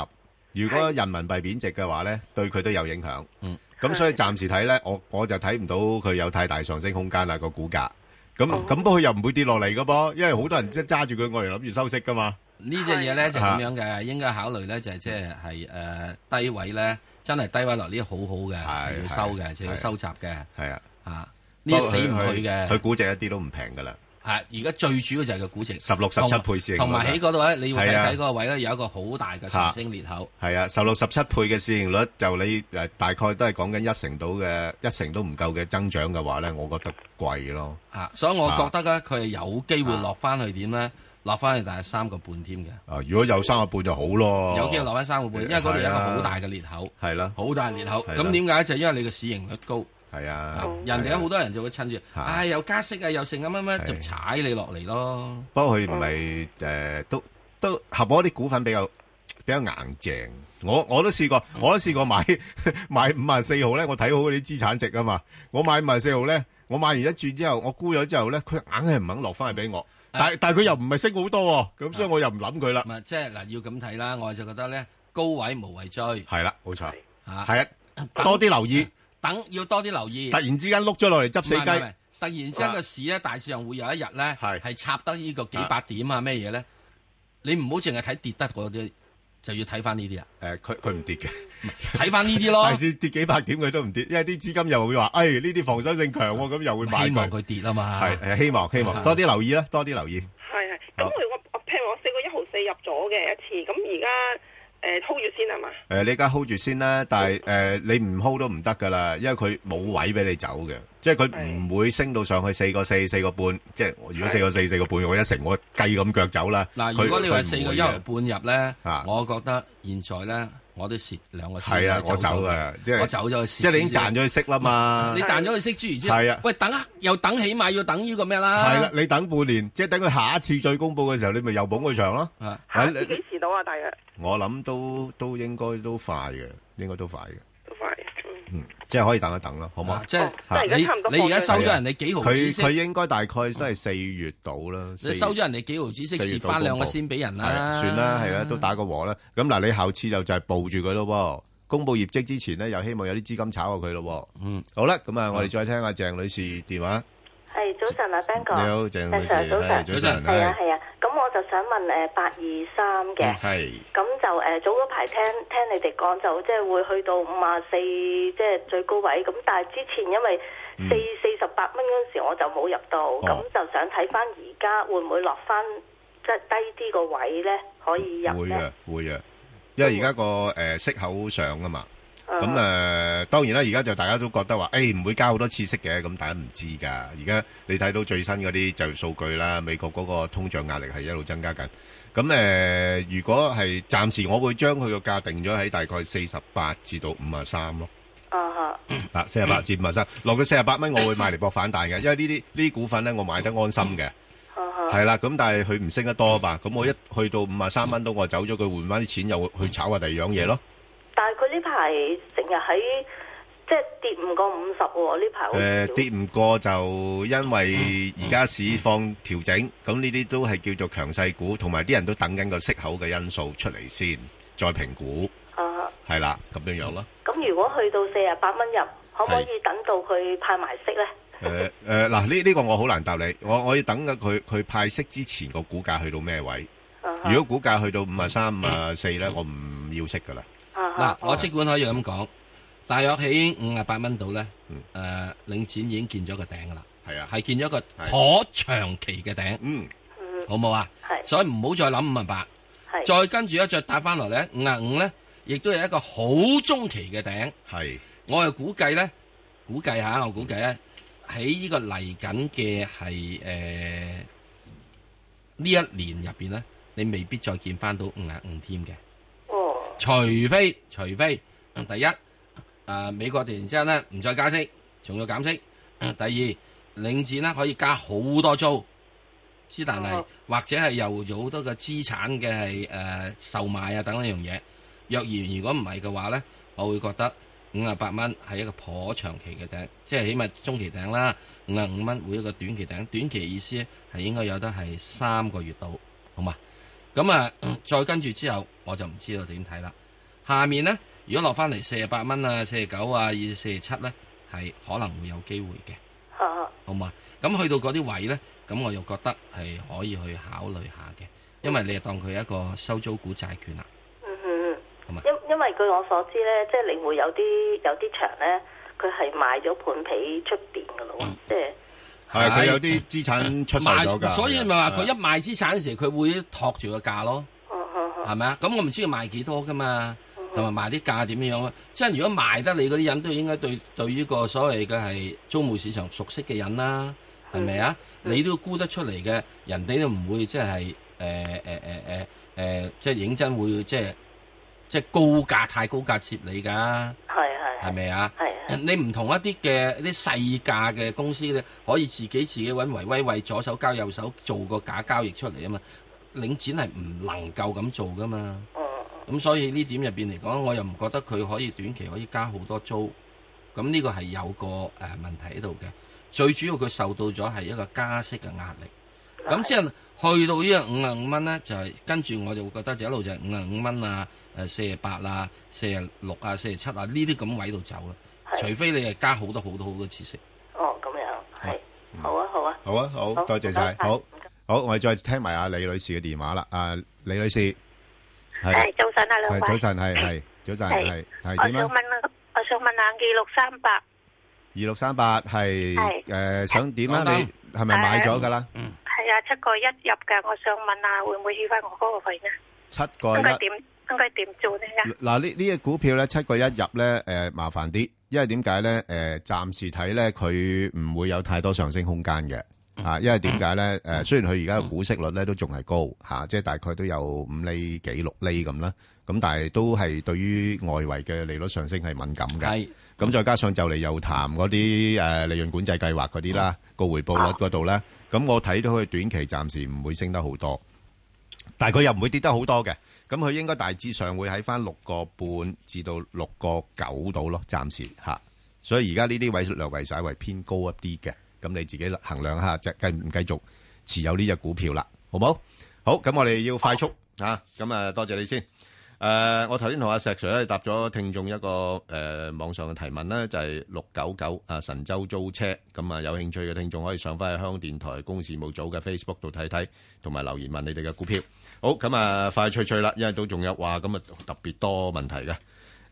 Speaker 1: 如果人民幣貶值嘅話咧，對佢都有影響。
Speaker 2: 嗯，
Speaker 1: 咁所以暫時睇咧，我我就睇唔到佢有太大上升空間啦個股價。咁咁不過佢又唔會跌落嚟噶噃，因為好多人即係揸住佢，我嚟諗住收息噶嘛。
Speaker 2: 呢只嘢咧就咁樣
Speaker 1: 啊
Speaker 2: 嘅，應該考慮咧就係即係係誒低位咧，真係低位落呢好好嘅，就要收嘅，就要收集嘅。
Speaker 1: 係啊，
Speaker 2: 嚇呢死唔去嘅。
Speaker 1: 佢估值一啲都唔平噶啦。
Speaker 2: 係而家最主要就係個估值
Speaker 1: 十六十七倍市盈率啊
Speaker 2: 同埋喺嗰度咧，你要睇
Speaker 1: 係啊
Speaker 2: 睇嗰個位咧有一個好大嘅上升裂口。
Speaker 1: 係啊，十六十七倍嘅市盈率，就你誒大概都係講緊一成到嘅，一成都唔夠嘅增長嘅話咧，我覺得貴咯。
Speaker 2: 啊，所以我覺得咧，佢係有機會落翻去點咧？落翻去大概三個半添嘅，
Speaker 1: 啊，如果有三個半就好咯。
Speaker 2: 有機會落翻三個半，因為嗰度有一個好大嘅裂口，
Speaker 1: 哦係啦，
Speaker 2: 好大裂口。
Speaker 1: 係啦
Speaker 2: 咁點解就因為你嘅市盈率高，
Speaker 1: 係啊
Speaker 2: 啊，人哋有好多人就會趁住，
Speaker 1: 嚇
Speaker 2: 唉，又加息啊，又剩啊乜乜，就踩你落嚟咯。
Speaker 1: 不過佢唔係誒，都都合我啲股份比較比較硬淨。我我都試過，我都試過買 買五啊四號咧，我睇好嗰啲資產值啊嘛。我買五啊四號咧，我買完一注之後，我沽咗之後咧，佢硬係唔肯落翻嚟俾我。但但係佢又唔係升好多喎，咁所以我又唔諗佢啦。
Speaker 2: 咁啊，即係嗱，要咁睇啦，我就覺得咧，高位無謂追，
Speaker 1: 係啦，冇錯，
Speaker 2: 嚇
Speaker 1: 係啊，多啲留意。
Speaker 2: 等要多啲留意。
Speaker 1: 突然之間碌咗落嚟
Speaker 2: 唔係
Speaker 1: 執 死
Speaker 2: 唔係唔係
Speaker 1: 雞，
Speaker 2: 突然之間個市咧，大市上會有一日咧，係插得呢個幾百點啊咩嘢咧？你唔好淨係睇跌得嗰啲，就要睇翻 呢啲啊，
Speaker 1: 誒佢佢唔跌嘅，
Speaker 2: 睇翻呢啲咯
Speaker 1: 大。市跌幾百點佢都唔跌，因為啲資金又會話，誒呢啲防守性強喎，咁又會買
Speaker 2: 希望佢跌啊嘛。
Speaker 1: 係係希望希望多啲留意啦，多啲留意。
Speaker 10: 係係，咁我我譬如我四個一毫四入咗嘅一次，咁而家诶 hold 住先啊嘛。
Speaker 1: 诶、你而家 hold 住先啦，但係诶、誒你唔 hold 都唔得噶啦，因為佢冇位俾你走嘅，即係佢唔會升到上去四個四、四個半，即係我如果四個四、四個半，我一成我計咁腳走啦。
Speaker 2: 嗱，
Speaker 1: 佢
Speaker 2: 如果你
Speaker 1: 佢
Speaker 2: 話
Speaker 1: 唔
Speaker 2: 四個
Speaker 1: 會
Speaker 2: 一毫
Speaker 1: 嘅啊
Speaker 2: 半入咧，我覺得現在咧，我都蝕兩個先。
Speaker 1: 係啊，我走
Speaker 2: 㗎
Speaker 1: 噶啦，即係
Speaker 2: 我走咗去蝕
Speaker 1: 即係你已經
Speaker 2: 先
Speaker 1: 賺咗佢息啦嘛。
Speaker 2: 你賺咗佢息之餘之後
Speaker 1: 係啊
Speaker 2: 喂，等啊，又等，起碼要等呢個咩啦？
Speaker 1: 係啦，你等半年，即係等佢下一次再公佈嘅時候，你咪又捧佢場咯。
Speaker 2: 啊，
Speaker 10: 自己遲到啊，大約
Speaker 1: 我諗都都應該都快嘅，應該都快嘅。
Speaker 10: 都快。
Speaker 1: 嗯，即係可以等一等咯，好嘛？
Speaker 2: 哦即係
Speaker 1: 嚇
Speaker 2: 即係而家差唔多你你而家收咗人哋幾毫子
Speaker 1: 佢
Speaker 2: 先
Speaker 1: 佢應該大概都係四月到啦。
Speaker 2: 你收咗人哋幾毫子息，
Speaker 1: 四月
Speaker 2: 蝕
Speaker 1: 到
Speaker 2: 翻兩個
Speaker 1: 公佈
Speaker 2: 先俾人
Speaker 1: 係啊
Speaker 2: 啦。
Speaker 1: 算啦，係啦，都打個和啦。咁嗱，你後次就就係報住佢咯喎。公佈業績之前呢，又希望有啲資金炒過佢咯喎。
Speaker 2: 嗯，
Speaker 1: 好啦，咁啊，我哋再聽下鄭女士電話。
Speaker 11: 係早晨啊，Bang 哥。
Speaker 1: 你好鄭女士
Speaker 11: 石 Sir，早
Speaker 1: 係
Speaker 11: 晨。
Speaker 1: 早晨
Speaker 11: 係啊，
Speaker 1: 係
Speaker 11: 係啊。咁我就想問誒八二三嘅。
Speaker 1: 嗯係
Speaker 11: 咁就誒、早嗰排聽聽你哋講就即係會去到五啊四，即係最高位。咁但係之前因為
Speaker 1: 嗯
Speaker 11: 四四十八蚊嗰陣時我就冇入到，
Speaker 1: 哦
Speaker 11: 咁、就想睇翻而家會唔會落翻即係低啲個位咧，可以入
Speaker 1: 會啊
Speaker 11: 咧
Speaker 1: 嘅，？會嘅，因為而家個誒息口上啊嘛。
Speaker 11: 嗯
Speaker 1: 咁誒、呃，當然啦，而家就大家都覺得話，誒、唔會加好多次息嘅，咁大家唔知㗎。而家你睇到最新嗰啲就業數據啦，美國嗰個通脹壓力係一路增加緊。咁誒、呃如果係暫時，我會將佢個價定咗喺大概四十八至到五啊三咯。
Speaker 11: 啊哈。
Speaker 1: 啊，四十八至五啊三，落到四十八蚊，我會買嚟搏反 彈嘅，因為呢啲呢啲股份咧，我買得安心嘅。係啦，咁但係佢唔升得多吧？咁我一去到五啊三蚊到，我走咗佢換翻啲錢，又去炒下第二樣嘢咯。
Speaker 11: 但係佢呢排成日喺即係跌唔過五十喎，呢排好
Speaker 1: 诶、
Speaker 11: 少。
Speaker 1: 呃跌唔過就因為而家市況調整，咁呢啲都係叫做強勢股，同埋啲人都等緊個息口嘅因素出嚟先，再評估，
Speaker 11: 啊哈
Speaker 1: 係啦，咁樣樣咯。
Speaker 11: 咁如果去到四啊八蚊入，可唔可
Speaker 1: 係
Speaker 11: 以等到佢派埋息咧？
Speaker 1: 诶诶，誒嗱呢呢個我好難答你，我我要等緊佢佢派息之前個股價去到咩位？如果股價去到五啊三、五啊四咧，我唔要息噶啦。
Speaker 11: 啊
Speaker 2: 嗱，我即管可以咁講，大約喺五啊八蚊度咧，誒領展已經見咗個頂噶啦，
Speaker 1: 係嗯啊，
Speaker 2: 係見咗個可長期嘅頂，
Speaker 1: 嗯，
Speaker 2: 好冇啊？所以唔好再諗五啊八，再跟住一再打翻落咧，五啊五咧，亦都有一個好中期嘅頂，
Speaker 1: 係，
Speaker 2: 我係估計咧，估計下，我估計咧，喺呢個嚟緊嘅係誒呢一年入邊咧，你未必再見翻到五啊五添嘅。
Speaker 11: 哦
Speaker 2: 除非除非嗯第一，誒、美國突然之間咧唔再加息，仲要減息；嗯第二，領展咧可以加好多租，之但係、或者係又有好多嘅資產嘅係誒售賣啊等一樣嘢。若然如果唔係嘅話咧，我會覺得五啊八蚊係一個頗長期嘅頂，即係起碼中期頂啦。五啊五蚊會一個短期頂，短期意思咧係應該有得係三個月到，好嘛？咁啊，再跟住之後我就唔知道點睇啦。下面呢，如果落翻嚟四十八蚊啊、四十九啊、二四十七呢，係可能會有機會嘅，
Speaker 11: 啊
Speaker 2: 好嘛？咁去到嗰啲位呢，咁我又覺得係可以去考慮下嘅，因為你係當佢一個收租股債券啦。
Speaker 11: 嗯哼
Speaker 2: 好嘛
Speaker 11: 因因為據我所知咧，即係你會有啲有啲場咧，佢係賣咗盤皮出邊噶咯喎，
Speaker 2: 嗯
Speaker 11: 即係
Speaker 1: 係佢有啲資產出售咗㗎
Speaker 2: 賣所以咪話佢一
Speaker 1: 係啊
Speaker 2: 賣資產嘅時候，佢會托住個價咯，
Speaker 11: 嗯
Speaker 2: 係咪啊？咁我唔知佢賣幾多噶嘛，同埋賣啲價點樣啊？即係如果賣得你嗰啲人都應該對對呢個所謂嘅係租務市場熟悉嘅人啦，係咪啊？你都估得出嚟嘅，人哋都唔會即係誒誒誒誒誒，即係認真會即係即係高價太高價接你㗎。
Speaker 11: 係係
Speaker 2: 係咪啊？
Speaker 11: 係
Speaker 2: 你唔同一啲嘅啲細價嘅公司咧，可以自己自己揾維威為左手交右手做個假交易出嚟啊嘛。領展係唔能夠咁做噶嘛。咁所以呢點入邊嚟講，我又唔覺得佢可以短期可以加好多租。咁呢個係有個誒、呃、問題喺度嘅。最主要佢受到咗係一個加息嘅壓力。嗯咁即係去到呢個五啊五蚊咧，就係、跟住我就會覺得就一路就係五啊五蚊啊，誒四十八啊、四十六啊、四十七啊呢啲咁位度走啦。除非你係加好多好多好多次息。
Speaker 11: 哦咁樣係好
Speaker 2: 嗯
Speaker 11: 啊好啊
Speaker 1: 好啊，好，
Speaker 11: 好
Speaker 1: 多謝晒，好，好，我哋再聽埋阿李女士嘅電話啦。啊，李女士，係
Speaker 12: 係早晨啊，兩位
Speaker 1: 係早晨，係係早晨，係
Speaker 12: 係
Speaker 1: 係點
Speaker 12: 我想
Speaker 1: 啊？
Speaker 12: 問啊，我想問下二六三八
Speaker 1: 二六三八係
Speaker 12: 係
Speaker 1: 誒想點啊？
Speaker 12: 講啦
Speaker 1: 你係咪買咗㗎啦？
Speaker 12: 啊係啊，七個一入嘅，我想問下會唔會起翻我嗰個位呢？
Speaker 1: 七
Speaker 12: 應
Speaker 1: 個哦一
Speaker 12: 該點應該點做呢？
Speaker 1: 嗱，呢呢只股票咧，七個一入咧，誒麻煩啲，因為點解咧？誒，暫時睇咧，佢唔會有太多上升空間嘅，啊，因為點解咧？誒，雖然佢而家嘅股息率咧都仲係高嚇，即係大概都有五厘幾六厘咁啦，咁但係都係對於外圍嘅利率上升係敏感嘅，係，咁再加上就嚟又談嗰啲誒利潤管制計劃嗰啲啦，個回報率嗰度咧，咁我睇到佢短期暫時唔會升得好多。但係佢又唔會跌得好多嘅，咁佢應該大致上會喺翻六個半至到六個九度咯，暫時嚇。所以而家呢啲位略為稍為偏高一啲嘅，咁你自己衡量下，即係繼唔繼續持有呢只股票啦，好冇？好，咁我哋要快速嚇，咁啊多謝你先。呃誒，我頭先同阿石 Sir 咧答咗聽眾一個誒網上嘅提問啦，就係六九九啊神州租車，咁啊有興趣嘅聽眾可以上翻去香港電台公事務組嘅 Facebook 度睇睇，同埋留言問你哋嘅股票。好咁啊，快脆脆啦，因為都仲有話咁啊，特別多問題嘅。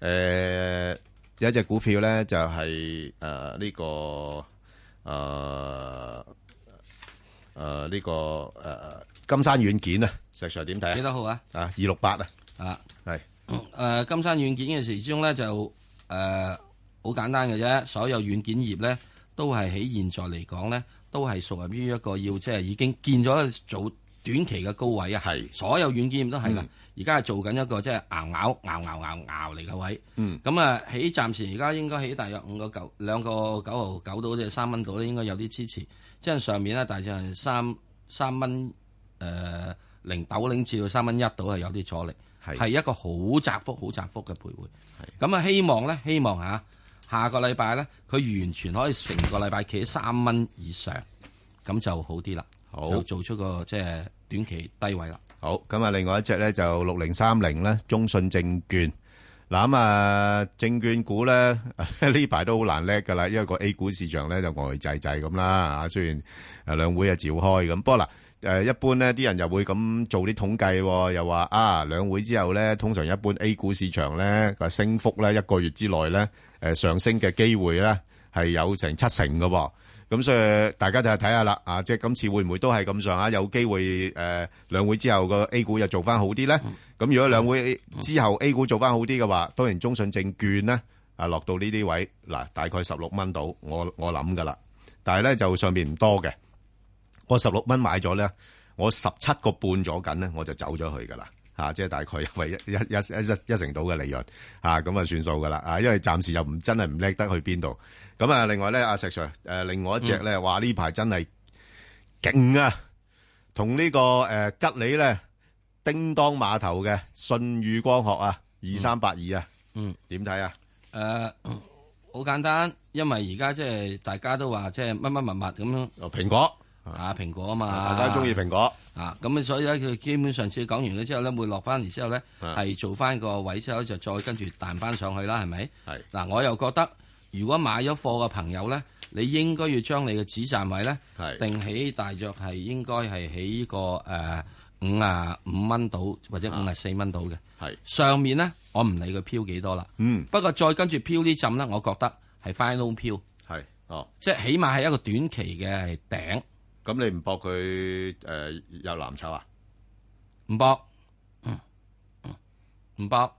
Speaker 1: 誒、有一隻股票咧，就係誒呢個誒誒呢個誒、呃金山軟件啊，石 Sir 點睇啊？
Speaker 2: 幾多號啊？
Speaker 1: 啊，二六八啊，
Speaker 2: 啊，
Speaker 1: 係
Speaker 2: 誒呃金山軟件嘅時鐘咧就誒好簡單嘅啫，所有軟件業咧都係喺現在嚟講咧，都係屬於一個要即係已經見咗做短期嘅高位啊。係所有軟件業都係啦，而家係做緊一個即係熬咬熬熬熬熬嚟嘅位。
Speaker 13: 嗯
Speaker 2: 咁啊喺暫時而家應該起大約五個九兩個九毫九到即係三蚊度咧，應該有啲支持。即係上面咧，大致係三三蚊誒零豆零至到三蚊一度係有啲阻力，係一個好窄幅、好窄幅嘅徘徊。咁啊，希望咧，希望嚇下個禮拜咧，佢完全可以成個禮拜企喺三蚊以上，咁就好啲啦。
Speaker 1: 好
Speaker 2: 就做出個即係短期低位啦。
Speaker 1: 好，咁啊，另外一隻咧就六零三零咧，中信證券。嗱咁啊，證券股咧呢 排都好難叻噶啦，因為個 A 股市場咧就呆滯滯咁啦。啊，雖然誒兩會啊召開咁，不過嗱誒一般咧啲人又會咁做啲統計喎，又話啊兩會之後咧，通常一般 A 股市場咧個升幅咧一個月之內咧誒上升嘅機會咧係有成七成嘅喎。咁所以大家就係睇下啦，啊，即係今次會唔會都係咁上下？有機會誒、呃、兩會之後個 A 股又做翻好啲咧？咁如果兩會之後 A 股做翻好啲嘅話，當然中信證券咧啊落到呢啲位嗱，大概十六蚊到，我我諗噶啦。但係咧就上面唔多嘅，我十六蚊買咗咧，我十七個半咗緊咧，我就走咗去噶啦。嚇，即係大概 為一一一一一一成到嘅利潤嚇，咁啊算數噶啦啊，因為暫時又唔真係唔叻得去邊度。咁啊，另外咧，阿石 Sir，誒另外一
Speaker 2: 嗯
Speaker 1: 隻咧，話呢排真係勁啊，同呢個誒吉利咧，叮當碼頭嘅信宇光學啊，二三八二啊，
Speaker 2: 嗯，
Speaker 1: 點睇啊？
Speaker 2: 誒呃好簡單，因為而家即係大家都話即係乜乜物物咁樣。
Speaker 1: 哦，蘋果
Speaker 2: 啊，蘋果啊嘛，
Speaker 1: 大家中意蘋果
Speaker 2: 啊，咁所以咧，佢基本上次講完咗之後咧，會落翻嚟之後咧，
Speaker 1: 啊
Speaker 2: 係做翻個位之後就再跟住彈翻上去啦，係咪？
Speaker 1: 係。
Speaker 2: 嗱，我又覺得如果買咗貨嘅朋友咧，你應該要將你嘅止賺位咧
Speaker 1: 係，
Speaker 2: 定起大約係應該係喺呢個誒五啊五蚊到或者五啊四蚊到嘅。
Speaker 1: 係。
Speaker 2: 上面咧，我唔理佢飄幾多啦。
Speaker 1: 嗯。
Speaker 2: 不過再跟住飄呢浸咧，我覺得係 final 飄。
Speaker 1: 係。哦。
Speaker 2: 即係起碼係一個短期嘅係頂。
Speaker 1: 咁你唔博佢誒有藍籌啊？
Speaker 2: 唔博，嗯唔博，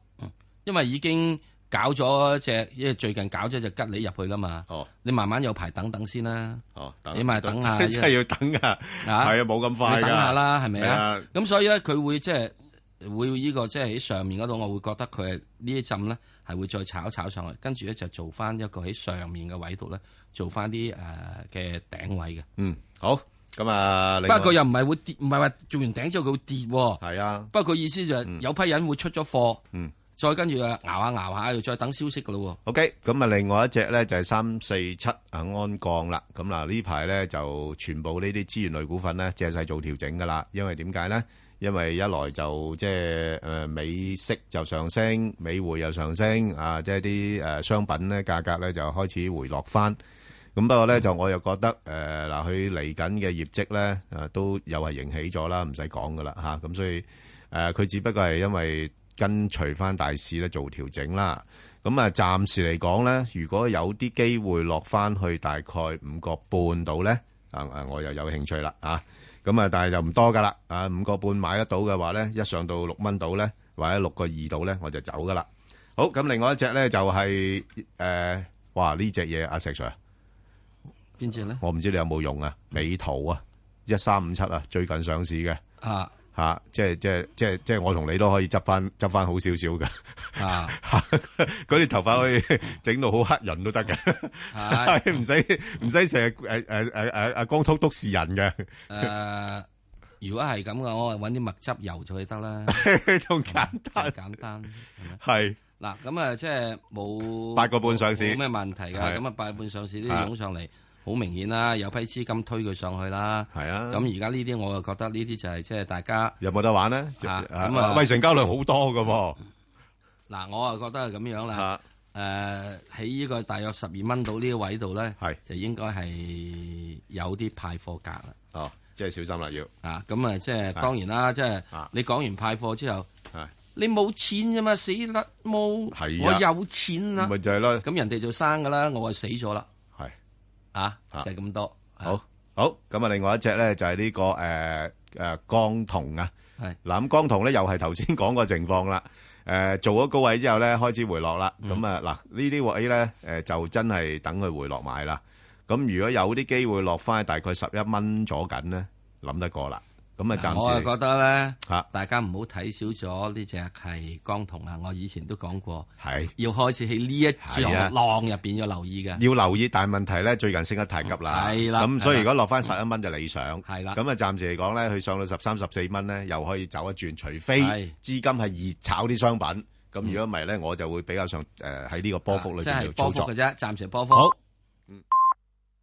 Speaker 2: 因為已經搞咗只，因為最近搞咗只吉利入去啦嘛。
Speaker 1: 哦，
Speaker 2: 你慢慢有排等等先啦。
Speaker 1: 哦，
Speaker 2: 你咪等下，
Speaker 1: 真係要等噶，係啊，冇咁快㗎
Speaker 2: 你等下啦，係咪啊
Speaker 1: 係啊？
Speaker 2: 咁所以咧，佢會即係會呢個即係喺上面嗰度，我會覺得佢係呢一浸咧係會再炒一炒上去，跟住咧就做翻一個喺上面嘅位度咧做翻啲誒嘅頂位嘅。
Speaker 1: 嗯，好。咁啊，另
Speaker 2: 不過
Speaker 1: 外
Speaker 2: 佢又唔係會跌，唔係話做完頂之後佢會跌喎。
Speaker 1: 係啊。
Speaker 2: 不過佢意思就係有批人會出咗貨，
Speaker 1: 嗯，
Speaker 2: 再跟住啊熬下熬下，又再等消息噶咯
Speaker 1: OK，咁啊，另外一隻咧就係三四七啊安鋼啦。咁嗱呢排咧就全部呢啲資源類股份咧借勢做調整噶啦。因為點解咧？因為一來就即係誒美息就上升，美匯又上升啊，即係啲誒商品咧價格咧就開始回落翻。咁不過咧就我又覺得誒嗱，佢嚟緊嘅業績咧誒都又係迎起咗啦，唔使講噶啦嚇。咁所以誒佢只不過係因為跟隨翻大市咧做調整啦。咁啊，暫時嚟講咧，如果有啲機會落翻去大概五個半度咧，啊啊，我又有興趣啦啊！咁啊，但係就唔多噶啦，啊五個半買得到嘅話咧，一上到六蚊度咧，或者六個二度咧，我就走噶啦。好，咁另外一隻咧就係、呃哇呢只嘢阿石 Sir，
Speaker 2: 邊只咧？
Speaker 1: 我唔知你有冇用啊？美圖啊，一三五七啊，最近上市嘅。
Speaker 2: 啊，
Speaker 1: 吓、即係即係即係即係我同你都可以執翻執翻好少少嘅，
Speaker 2: 啊，
Speaker 1: 嗰啲頭髮可以整到好黑人都得嘅，
Speaker 2: 係
Speaker 1: 係唔使唔使成日誒誒誒誒誒光禿篤是人嘅，
Speaker 2: 诶，如果係咁嘅，我揾啲墨汁油咗佢得啦，
Speaker 1: 仲簡
Speaker 2: 單，簡單係咪
Speaker 1: 係
Speaker 2: 嗱，咁啊，即係冇
Speaker 1: 八個半上市
Speaker 2: 冇咩問題㗎。
Speaker 1: 係
Speaker 2: 咁啊，八個半上市都
Speaker 1: 係
Speaker 2: 湧上嚟，好明顯啦，有批資金推佢上去啦。
Speaker 1: 係啊
Speaker 2: 咁而家呢啲我就覺得呢啲就係即係大家
Speaker 1: 有冇得玩咧？
Speaker 2: 啊
Speaker 1: 咁
Speaker 2: 咁
Speaker 1: 啊，
Speaker 2: 啊
Speaker 1: 喂，成交量好多嘅喎，
Speaker 2: 嗱，我啊覺得係咁樣啦。誒喺呢個大約十二蚊到呢個位度咧，就應該係有啲派貨格啦。
Speaker 1: 哦，即係小心啦，要
Speaker 2: 啊，咁啊，即
Speaker 1: 係
Speaker 2: 係當然啦，即係
Speaker 1: 啊
Speaker 2: 你講完派貨之後，你冇錢啫嘛，死甩毛，
Speaker 1: 係
Speaker 2: 我
Speaker 1: 啊
Speaker 2: 有錢啦，
Speaker 1: 咪就係咯。
Speaker 2: 咁人哋就生噶啦，我啊死咗啦，
Speaker 1: 係
Speaker 2: 啊，就係咁多。
Speaker 1: 好好咁啊，另外一隻咧就係呢個誒誒鋼銅啊，
Speaker 2: 係
Speaker 1: 嗱咁鋼銅咧又係頭先講個情況啦。誒、做咗高位之後咧，開始回落啦。咁啊嗱，呢啲位咧誒、就真係等佢回落買啦。咁如果有啲機會落翻大概十一蚊左緊咧，諗得過啦。咁啊，
Speaker 2: 我啊
Speaker 1: 暫時
Speaker 2: 覺得咧
Speaker 1: 嚇，
Speaker 2: 大家唔好睇少咗呢只係光銅啊！我以前都講過，
Speaker 1: 係
Speaker 2: 要開始喺呢一
Speaker 1: 係啊
Speaker 2: 隻浪入邊要留意嘅。
Speaker 1: 要留意，但係問題咧最近升得太急啦，
Speaker 2: 係啦
Speaker 1: 咁所以
Speaker 2: 係
Speaker 1: 如
Speaker 2: 啦
Speaker 1: 果落翻十一蚊就理想，
Speaker 2: 係啦
Speaker 1: 咁啊暫時嚟講咧，佢上到十三、十四蚊咧，又可以走一轉，除非
Speaker 2: 係嗯
Speaker 1: 資金係熱炒啲商品，咁如果唔係咧，我就會比較上誒喺呢個波幅裏
Speaker 2: 啊即
Speaker 1: 邊
Speaker 2: 係
Speaker 1: 度操
Speaker 2: 波幅
Speaker 1: 作
Speaker 2: 嘅。啫，暫時係波幅。
Speaker 1: 好，